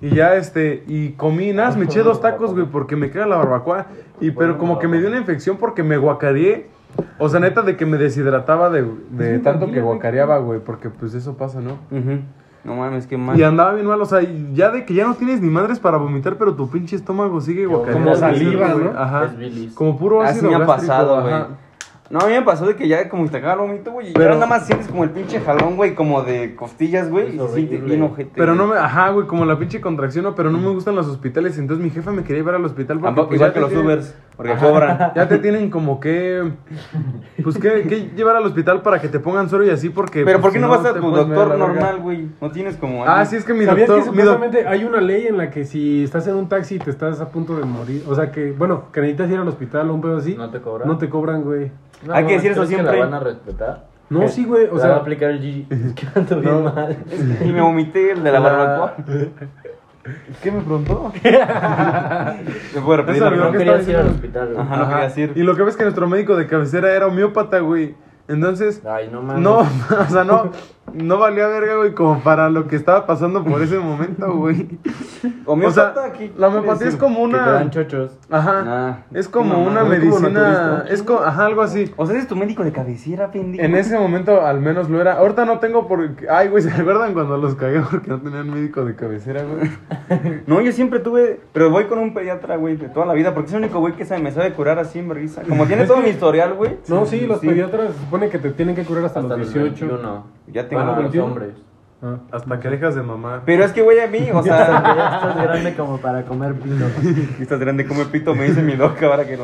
Speaker 2: Y ya este, y comí, nada, me eché dos tacos, güey, porque me queda la barbacoa. Y pero como que me dio una infección porque me guacareé. O sea, neta, de que me deshidrataba de,
Speaker 1: Pues
Speaker 2: de tanto que guacareaba, güey, porque pues eso pasa, ¿no?
Speaker 3: Ujú. No mames, qué mal.
Speaker 2: Y andaba bien mal, o sea, y ya de que ya no tienes ni madres para vomitar, pero tu pinche estómago sigue guacareando.
Speaker 1: como saliva,
Speaker 2: güey.
Speaker 1: ¿no?
Speaker 2: Ajá.
Speaker 4: Es bilis.
Speaker 2: Como puro
Speaker 3: Así
Speaker 2: ácido
Speaker 3: me ha
Speaker 2: gástrico,
Speaker 3: pasado, güey.
Speaker 2: ajá.
Speaker 3: No, a mí me pasó de que ya como que te acaba el vómito, güey. Y
Speaker 2: Pero-
Speaker 3: pero nada más sientes como el pinche jalón, güey, como de costillas, güey.
Speaker 4: Es
Speaker 3: Y se siente
Speaker 4: horrible.
Speaker 3: bien ojete.
Speaker 2: Pero no
Speaker 3: güey.
Speaker 2: me, ajá, güey, como la pinche contracción, ¿no? pero no me gustan los hospitales, entonces mi jefa me quería llevar al hospital porque
Speaker 3: Tampoco,
Speaker 2: pues,
Speaker 3: igual
Speaker 2: ya te
Speaker 3: que los
Speaker 2: tienen-
Speaker 3: Ubers. Porque cobran.
Speaker 2: Ya te tienen como que. Pues que, que llevar al hospital para que te pongan suero y así porque.
Speaker 3: Pero ¿por
Speaker 2: pues,
Speaker 3: qué
Speaker 2: si
Speaker 3: no vas a
Speaker 2: te
Speaker 3: tu
Speaker 2: puedes meter
Speaker 3: doctor
Speaker 2: a la verga.
Speaker 3: normal, güey? No tienes como...
Speaker 2: Ah,
Speaker 3: alguien-
Speaker 2: sí, es que mi
Speaker 1: ¿Sabías
Speaker 2: doctor.
Speaker 1: que
Speaker 2: mi doc-
Speaker 1: supuestamente hay una ley en la que si estás en un taxi y te estás a punto de morir, o sea que, bueno, que necesitas ir al hospital o un pedo así,
Speaker 5: No te cobran.
Speaker 1: no te cobran, güey.
Speaker 5: No,
Speaker 3: Hay que decir
Speaker 5: ¿crees
Speaker 3: eso
Speaker 5: Que
Speaker 3: siempre.
Speaker 5: la van a respetar.
Speaker 1: No, sí, güey, o
Speaker 5: La
Speaker 1: sea-
Speaker 5: va a aplicar el Gigi. Es que ando bien mal.
Speaker 3: Y me vomité el de la
Speaker 5: La-
Speaker 3: barbacoa.
Speaker 2: ¿Qué me preguntó?
Speaker 3: ¿Me puedo repetir la
Speaker 2: Eso,
Speaker 5: No quería ir
Speaker 2: ¿qué
Speaker 3: pregunta?
Speaker 2: estaba
Speaker 5: al
Speaker 2: diciendo?
Speaker 5: hospital, güey.
Speaker 3: Ajá, Ah, no quería decir.
Speaker 2: Y lo que ves que nuestro médico de cabecera era homeópata, güey. Entonces.
Speaker 5: Ay, no mames.
Speaker 2: No, o sea, no. No valía verga, güey, como para lo que estaba pasando por ese momento, güey. O sea, la
Speaker 3: Homeópata, ¿qué quiere
Speaker 2: homeopatía es
Speaker 3: decir? Ah.
Speaker 2: como
Speaker 5: Que te dan
Speaker 2: una.
Speaker 5: chochos.
Speaker 2: Ajá.
Speaker 3: Nah.
Speaker 2: Es como una
Speaker 3: Una
Speaker 1: mamá, es como
Speaker 2: medicina.
Speaker 1: naturista.
Speaker 2: Es co- ajá, algo así.
Speaker 3: O sea, eres tu médico de cabecera, pendejo.
Speaker 2: En ese momento al menos lo era. Ahorita no tengo porque. Ay, güey, ¿se acuerdan cuando los cagué porque no tenían médico de cabecera, güey?
Speaker 3: No, yo siempre tuve... Pero voy con un pediatra, güey, de toda la vida. Porque es el único güey que se me sabe curar así, me risa. Como tiene todo mi historial, güey.
Speaker 1: No, sí, los
Speaker 3: sí.
Speaker 1: pediatras se supone que te tienen que curar hasta,
Speaker 5: Hasta
Speaker 1: los
Speaker 5: los
Speaker 1: 18.
Speaker 5: 21.
Speaker 3: Ya tengo...
Speaker 5: Bueno, los
Speaker 1: 21.
Speaker 5: hombres.
Speaker 1: Ah.
Speaker 2: Hasta que dejas de mamar.
Speaker 3: Pero es que, güey, a mí, o sea...
Speaker 4: Ya estás grande como para comer pino.
Speaker 3: Estás grande come pito, me dice mi doc ahora que no.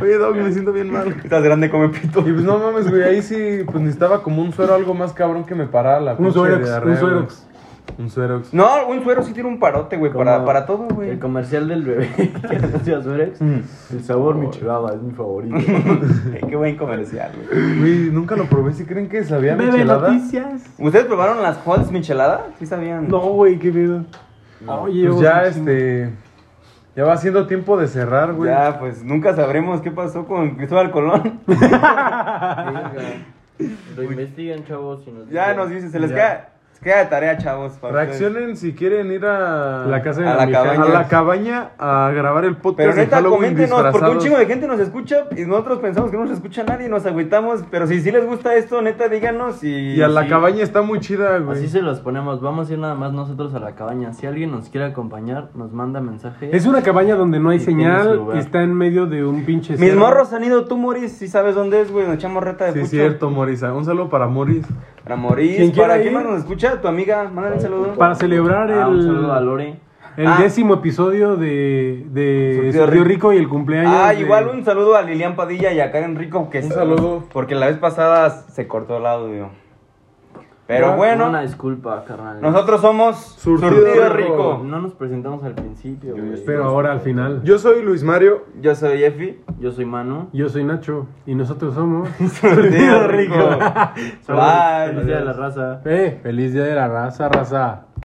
Speaker 2: Oye, Doc, me siento bien mal.
Speaker 3: Estás grande come pito.
Speaker 2: Y pues no mames, güey, ahí sí, pues necesitaba como un suero algo más cabrón que me parara la
Speaker 1: Un
Speaker 2: pinche
Speaker 1: suerox,
Speaker 2: diarrea,
Speaker 1: un suerox.
Speaker 2: güey. Un suerox.
Speaker 3: No, un suero sí tiene un parote, güey, para,
Speaker 4: Como
Speaker 3: para todo, güey. Mm.
Speaker 4: El comercial del bebé que anuncia Surex. El sabor michelada es mi favorito.
Speaker 3: Qué buen comercial, güey.
Speaker 2: Güey, nunca lo probé, ¿sí creen que sabía
Speaker 1: Bebe
Speaker 2: michelada?
Speaker 1: noticias.
Speaker 3: ¿Ustedes probaron las hots michelada? ¿Sí sabían?
Speaker 1: No, güey, qué pedo. Oye,
Speaker 2: Pues
Speaker 1: vos,
Speaker 2: ya,
Speaker 1: un chingo.
Speaker 2: este, ya va siendo tiempo de cerrar, güey.
Speaker 3: Ya, pues nunca sabremos qué pasó con Cristóbal Colón.
Speaker 5: Lo investigan, chavos. y nos
Speaker 3: Ya
Speaker 5: dicen.
Speaker 3: nos dicen, se les
Speaker 1: Ya.
Speaker 3: queda, se queda de tarea, chavos. para
Speaker 2: Reaccionen si quieren ir a
Speaker 1: La casa de
Speaker 3: a
Speaker 1: la,
Speaker 3: la
Speaker 1: mijera.
Speaker 3: cabaña.
Speaker 2: a la cabaña a grabar el podcast
Speaker 3: ustedes. Pero
Speaker 2: de
Speaker 3: neta,
Speaker 2: Halloween
Speaker 3: coméntenos, porque un
Speaker 2: disfrazados.
Speaker 3: chingo de gente nos escucha y nosotros pensamos que no nos escucha nadie, nos agüitamos. Pero si sí les gusta esto, neta, díganos y.
Speaker 2: Y a la
Speaker 3: sí.
Speaker 2: cabaña está muy chida,
Speaker 4: Así
Speaker 2: güey.
Speaker 4: se los ponemos. Vamos a ir nada más nosotros a la cabaña. Si alguien nos quiere acompañar, nos manda mensaje.
Speaker 1: Es una cabaña donde no hay
Speaker 4: Y tiene su
Speaker 1: señal,
Speaker 4: lugar.
Speaker 1: está en medio de un pinche.
Speaker 3: Mis
Speaker 1: cerro.
Speaker 3: morros han ido, tú, Moris, si sabes dónde es, güey, nos echamos reta de
Speaker 2: Sí,
Speaker 3: pucho.
Speaker 2: es cierto, Morisa. Un saludo para Moris.
Speaker 3: Para Moris,
Speaker 1: Quien quiera
Speaker 3: para quién
Speaker 1: ir.
Speaker 3: más nos escucha, tu amiga, mándale un saludo.
Speaker 1: Para celebrar
Speaker 4: Ah, un saludo a
Speaker 1: el,
Speaker 4: Lore.
Speaker 1: el
Speaker 3: Ah.
Speaker 1: décimo episodio de, de
Speaker 3: Surtido
Speaker 1: Surtido
Speaker 3: Rico.
Speaker 1: Rico y el cumpleaños.
Speaker 3: Ah,
Speaker 1: de-
Speaker 3: igual un saludo a Lilian Padilla y a Karen Rico, que
Speaker 2: Un saludo.
Speaker 3: Porque la vez pasada se cortó el audio. Pero
Speaker 1: Ya,
Speaker 3: bueno,
Speaker 4: Una disculpa, carnal.
Speaker 3: nosotros somos
Speaker 2: Surtido
Speaker 3: Surtido,
Speaker 2: Rico.
Speaker 3: Rico.
Speaker 4: No nos presentamos al principio, güey.
Speaker 1: Pero ahora al final. Yo,
Speaker 2: Yo soy Luis Mario.
Speaker 3: Yo soy Jeffy.
Speaker 4: Yo soy Manu.
Speaker 1: soy Nacho y nosotros somos.
Speaker 3: Surtido Rico.
Speaker 4: Saludos.
Speaker 3: Bye.
Speaker 4: Feliz día de la raza.
Speaker 1: eh, feliz día de la raza, raza.